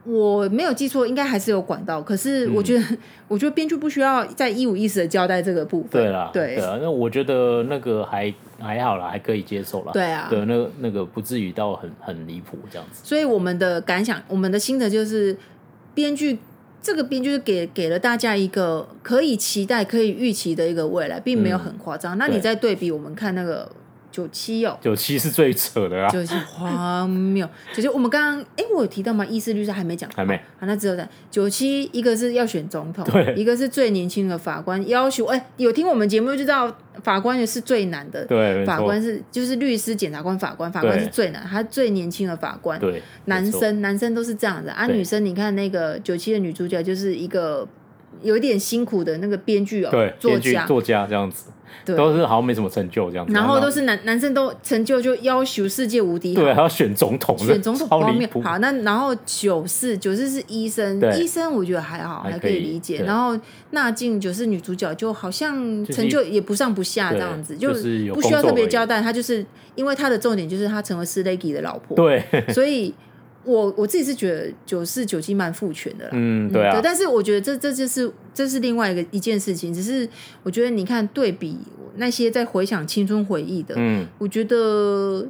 我没有记错，应该还是有管道。可是我觉得，
嗯
我觉得编剧不需要再一五一十的交代这个部分。
对啦，
对
啊，那我觉得那个还还好啦，还可以接受啦。
对啊
对，那个那个不至于到很很离谱这样子。
所以我们的感想，我们的心得就是，编剧这个编剧给给了大家一个可以期待、可以预期的一个未来，并没有很夸张。那你
对
再对比我们看那个九七哦，
九七是最扯的啊，
就是荒谬。就是我们刚刚，哎，我有提到吗？医师律师还没讲，
还没
啊，那只有在九七，一个是要选总统，
对
一个是最年轻的法官，要求，哎，有听我们节目就知道，法官也是最难的。
对，没
法
错
官是就是律师、检察官、法官，法官
对
是最难，他最年轻的法官。
对
男
没错
生男生都是这样的啊，
对
女生你看那个九七的女主角就是一个有点辛苦的那个编剧哦，
对
作
编剧
家，
作家这样子，
对
都是好像没什么成就这样子，
然后都是男男生都成就就要求世界无敌好，
对还要选总统，
选总统
超
荒
离
谬
谱。。
好，那然后九四九四是医生，
对
医生我觉得还好，
还
还
可
可
以
以理解。
对
然后纳静九四女主角就好像
就是
成就也不上不下这
对
样子，
就是有
不需要
工作
特别
而已
交代，她就是因为她的重点就是她成为斯雷吉的老婆，
对，
所以我我自己是觉得九四九七蛮父权的啦。
嗯，对啊，
但是我觉得这这就是这是另外一个一件事情，只是我觉得你看对比那些在回想青春回忆的，
嗯
我觉得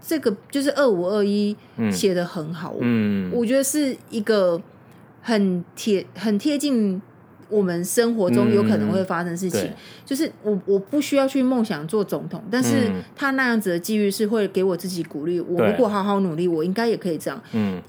这个就是二五二一写的很好，
嗯，
我觉得是一个很贴很贴近我们生活中
嗯
有可能会发生的事情。
对
就是我我不需要去梦想做总统，但是
嗯
他那样子的际遇是会给我自己鼓励。我
对
如果好好努力，我应该也可以这样。
嗯，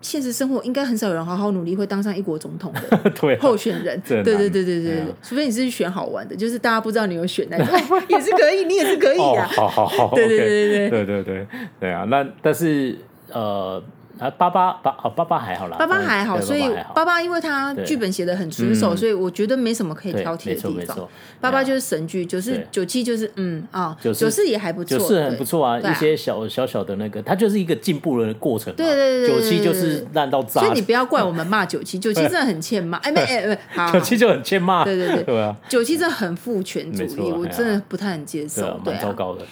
现实生活应该很少有人好好努力会当上一国总统的
对啊，
候选人，
这
对对
很
对对对
难对
对
啊，
除非你是选好玩的，就是大家不知道你有选那种， 也是可以，你也是可以
哦，
啊。
好好 好，
对对对
OK
对
对对对对啊，那但是呃。啊，爸爸爸哦，爸爸还好啦，
爸爸
嗯
还好，
对
所以
爸爸还好
爸爸因为他
对
剧本写的很纯熟，
嗯
所以我觉得没什么可以
对
挑剔
没
的
错
地
没
方
错。
爸爸就
对啊
是神剧，九四
对
九七就是嗯啊，
94
九四也还不错，
九四很
对
不错啊，
对
一些小小小的那个，它就是一个进步的过程嘛。
对对对对
九
对
七就
对
是
对
烂到炸
所以，你不 要怪我们骂九七，九七真的很欠骂。哎，没哎没，好，好
九七就很欠骂。
对对对
对啊，
九七真的很父权主
没
义，
错啊
我真的不太能接
对啊
受，，对
蛮糟
啊。
糕的。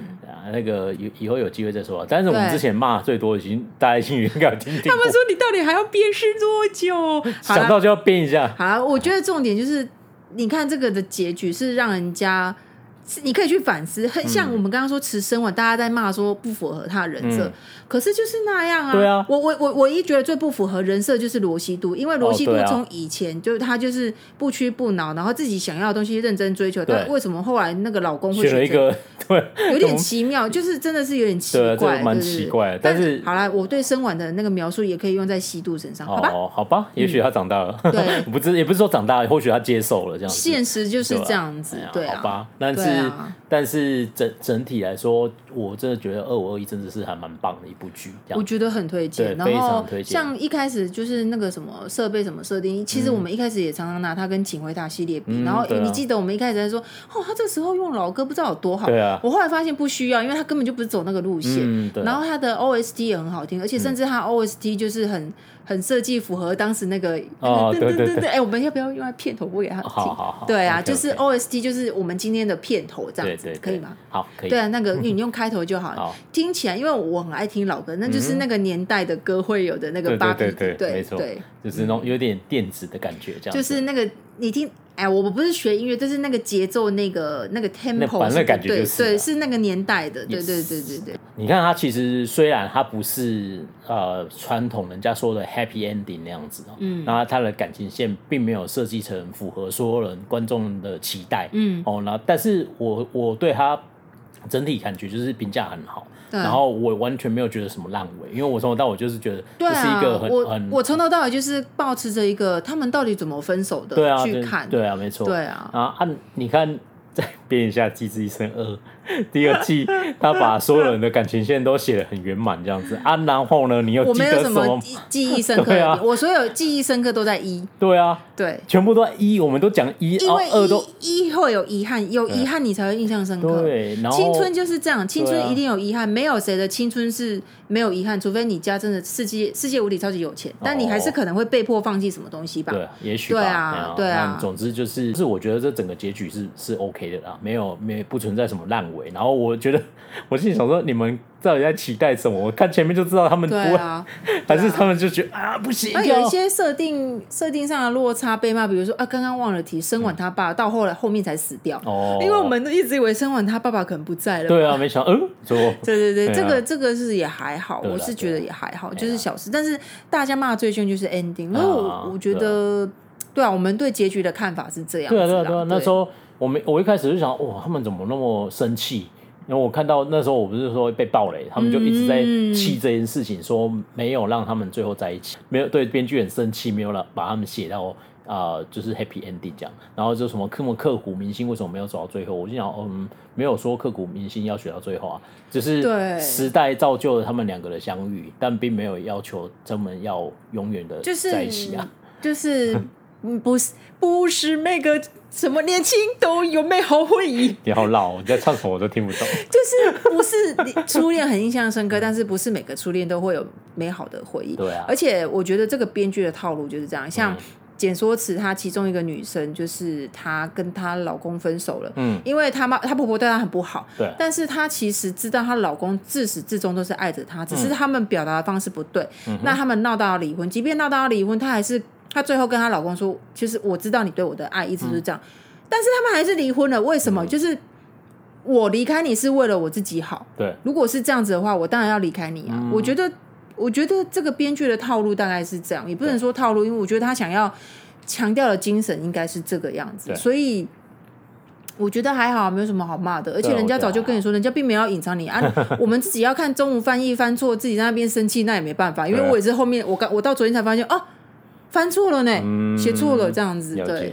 嗯，
对啊，那个以以后有机会再说啊。但是我们
对
之前骂最多，已经大家已经应该有听听
他
过
们，说你到底还要鞭尸多久？好
想
了，
到就要编一下。
好了，我觉得重点就是，你看这个的结局是让人家。是你可以去反思，很像我们刚刚说池生晚，大家在骂说不符合他的人设，
嗯
可是就是那样啊。
对啊
我我我唯一觉得最不符合人设就是罗西度，因为罗西度
哦对啊
从以前就是他就是不屈不挠，然后自己想要的东西认真追求，
对
但为什么后来那个老公会
选了一
这样
个，对，
有点奇妙，就是真的是有点奇
嗯对啊，这
怪，
个蛮
对对对
奇怪的。
但
但是
好啦，我对生晚的那个描述也可以用在西度身上，好吧？嗯
哦，好吧，也许他长大了，
对
不是也不是说长大了，或许他接受了这样子。
现实就是
对啊
这样子，对
好
啊。
吧，但
对
是、
啊
但是整整体来说，我真的觉得二五二一真的是还蛮棒的一部剧，这
我
样
觉得很推荐。
对非
然后
常推荐
像一开始就是那个什么设备什么设定，其实我们一开始也常常拿它跟《请回答》系列比。
嗯
然后、
对啊
你记得我们一开始在说，哦，他这时候用老歌不知道有多好。
对啊
我后来发现不需要，因为他根本就不是走那个路线。
嗯对啊嗯
然后他的 OST 也很好听，而且甚至他 OST 就是很。很设计符合当时那个
哦对对对
哎、我们要不要用来片头播给他听？
好好好
对啊
OK，OK
就是 OST 就是我们今天的片头这
对
样
对
子，
对
可以吗？？
好，可以。嗯
对啊，那个你用开头就好了。
好嗯
听起来，因为我很爱听老歌，那就是那个年代的歌会有的那个
对
八
对
比
对
对
对，没错，就是那
嗯
种有点电子的感觉，这样子
就是那个你听。哎，我不是学音乐，就是那个节奏，那个那个 tempo，
反正
是
感觉
对
就是啊
对，是那个年代的，对对对对对，
你看它其实虽然它不是呃传统人家说的 happy ending 那样子哦，嗯，那它的感情线并没有设计成符合所有人观众的期待，
嗯，
哦，那但是我我对它整体感觉就是评价很好，
对啊
然后我完全没有觉得什么烂尾，因为我从头到尾就是觉得
对
这是一
啊
个很、，
我
很
我从头到尾就是保持着一个他们到底怎么分手的
对啊
去
对
看，
对啊没错
对啊，
啊啊！你看，在编一下《机智医生二》第二 季，他把所有人的感情线都写得很圆满这样子啊。然后呢，你又
我
记
没有
得
什
什么
么？记记忆深刻的
对
点，
啊
我所有记忆深刻都在一，
对啊，
对，
全部都在一，我们都讲一，
因
然后
为
二都
一一会有遗憾，有遗憾你才会印象深刻。
对，然后
青春就是这样，青
对啊
春一定有遗憾，没有谁的青春是没有遗憾，除非你家真的世界世界无敌超级有钱，但你还是可能会被迫放弃什么东西吧。
哦对，也许吧
对啊
哎呀
对啊
那总之就是，就是我觉得这整个结局是是 OK 的啦，没有没不存在什么烂尾。然后我觉得，我心里想说，你们到底在期待什么？我看前面就知道他们不
对
会，
啊，
还是他们就觉得啊不行，
那有一
要
些设定设定上的落差被骂，比如说啊，刚刚忘了提生完他爸，到后来后面才死掉，
嗯哦，
因为我们都一直以为生完他爸爸可能不在了。
对啊，没想到嗯，怎么
对对对，
对啊
这个这个是也还好，
对啦啊
我是觉得也还好，
对啦
就是小事。但是大家骂最凶就是 ending，因为
啊
我我觉得，对啊，我们对结局的看法是这样子
对
啦。
啊，对啊，对啊。那时
候
候我没，我一开始就想，哇，他们怎么那么生气？因为我看到那时候我不是说被爆雷，他们就一直在
嗯
气这件事情，说没有让他们最后在一起，没有对编剧很生气，没有让把他们写到啊，就是 happy ending 这样。然后就什么刻么刻骨铭心，为什么没有走到最后？我就想，哦嗯，没有说刻骨铭心要学到最后啊，只
对
是时代造就了他们两个的相遇，但并没有要求他们要永远的
就是
在一起啊。
就是嗯不是不是每个什么年轻都有美好回忆，
你好老哦，你在唱什么我都听不懂。
就是不是初恋很印象深刻，但是不是每个初恋都会有美好的回忆。
对啊
而且我觉得这个编剧的套路就是这样，像简说辞，她其中一个女生就是她跟她老公分手了，
嗯，
因为她妈她婆婆对她很不好，
对
但是她其实知道她老公自始至终都是爱着她，只
嗯
是他们表达的方式不对，那他们闹到了离婚，即便闹到了离婚，她还是她最后跟她老公说，其实我知道你对我的爱一直都是
嗯
这样，但是他们还是离婚了，为什么？就是我离开你是为了我自己好，
对。
如果是这样子的话，我当然要离开你啊！
嗯
我觉得，我觉得这个编剧的套路大概是这样，也不能说套路，因为我觉得他想要强调的精神应该是这个样子，
对
所以。我觉得还好，没有什么好骂的，而且
对啊
人家
我觉
早
得
就跟你说，人家并没有要隐藏你 啊。我们自己要看中午翻译翻错，自己在那边生气，那也没办法，因为
对啊
我也是后面我刚我到昨天才发现哦，翻错了呢，
嗯
写错了这样子，
了
对
解，，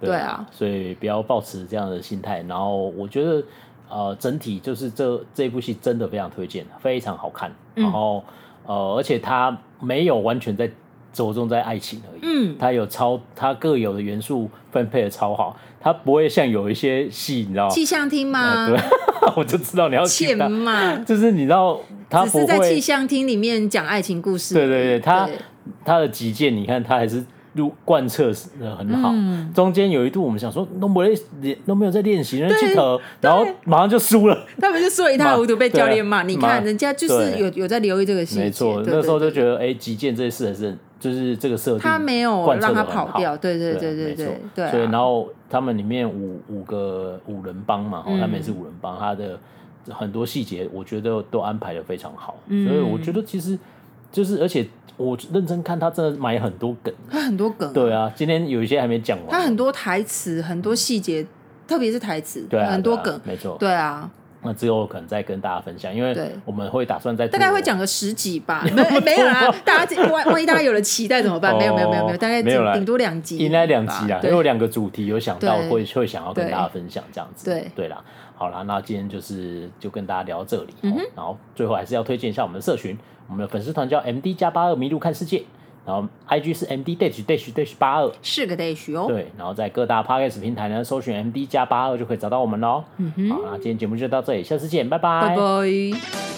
对啊，
所以不要抱持这样的心态。然后我觉得，呃，整体就是这这部戏真的非常推荐，非常好看。
嗯
然后、呃，而且它没有完全在着重在爱情而已，
嗯，
它有超它各有的元素分配的超好，它不会像有一些戏，你知道，
气象厅
哎
吗？
对， 我就知道你要
欠
听它，
嘛，
就是你知道它
只
不
是在气
会，
象厅里面讲爱情故事而已。
对对对，它
对
它的极限，你看它还是入贯彻的很好。
嗯
中间有一度我们想说都没练，都没有在练习，人家
对
去投，然后马上就输了。
他们就说一塌糊涂，被教练骂。你
对
看
骂
人家就是
对
有有在留意这个细节，
没错，
对
那时候
对
就
对
觉得，哎，击剑这事还是就是这个设定，
他没有
贯彻
让
得
他
很
跑
好
掉，对对对
对
对对对
没错
啊。
所以然后他们里面五五个五人帮嘛，哦
嗯
他们也是五人帮，他的很多细节我觉得都安排的非常好，
嗯
所以我觉得其实就是而且我认真看他真的埋很多梗，
他很多梗，
对啊，今天有一些还没讲完，
他很多台词，很多细节，特别是台词
对，啊
很多
对啊
梗，
没错，
对啊，
那之后可能再跟大家分享，因
对
为我们会打算在
大概会讲个十几 吧，没没有啦，大家万万一大家有了期待怎么办？没有没有没有没有，
哦
大概
没有
顶
啦
顶多两集吧，
应该两集啊，因
对
为有两个主题有想到
对
会会想要跟
对
大家分享这样子，
对
对啦，好啦，那今天就是就跟大家聊到这里、
嗯
哦然后最后还是要推荐一下我们的社群，我们的粉丝团叫 M D 加八二迷路看世界，然后 I G 是 M D dash dash dash 八二，
是个 dash 哦，
对，然后在各大 podcast 平台呢搜寻 M D 加八二就可以找到我们喽。嗯哼，好，那今天节目就到这里，下次见，拜
拜拜。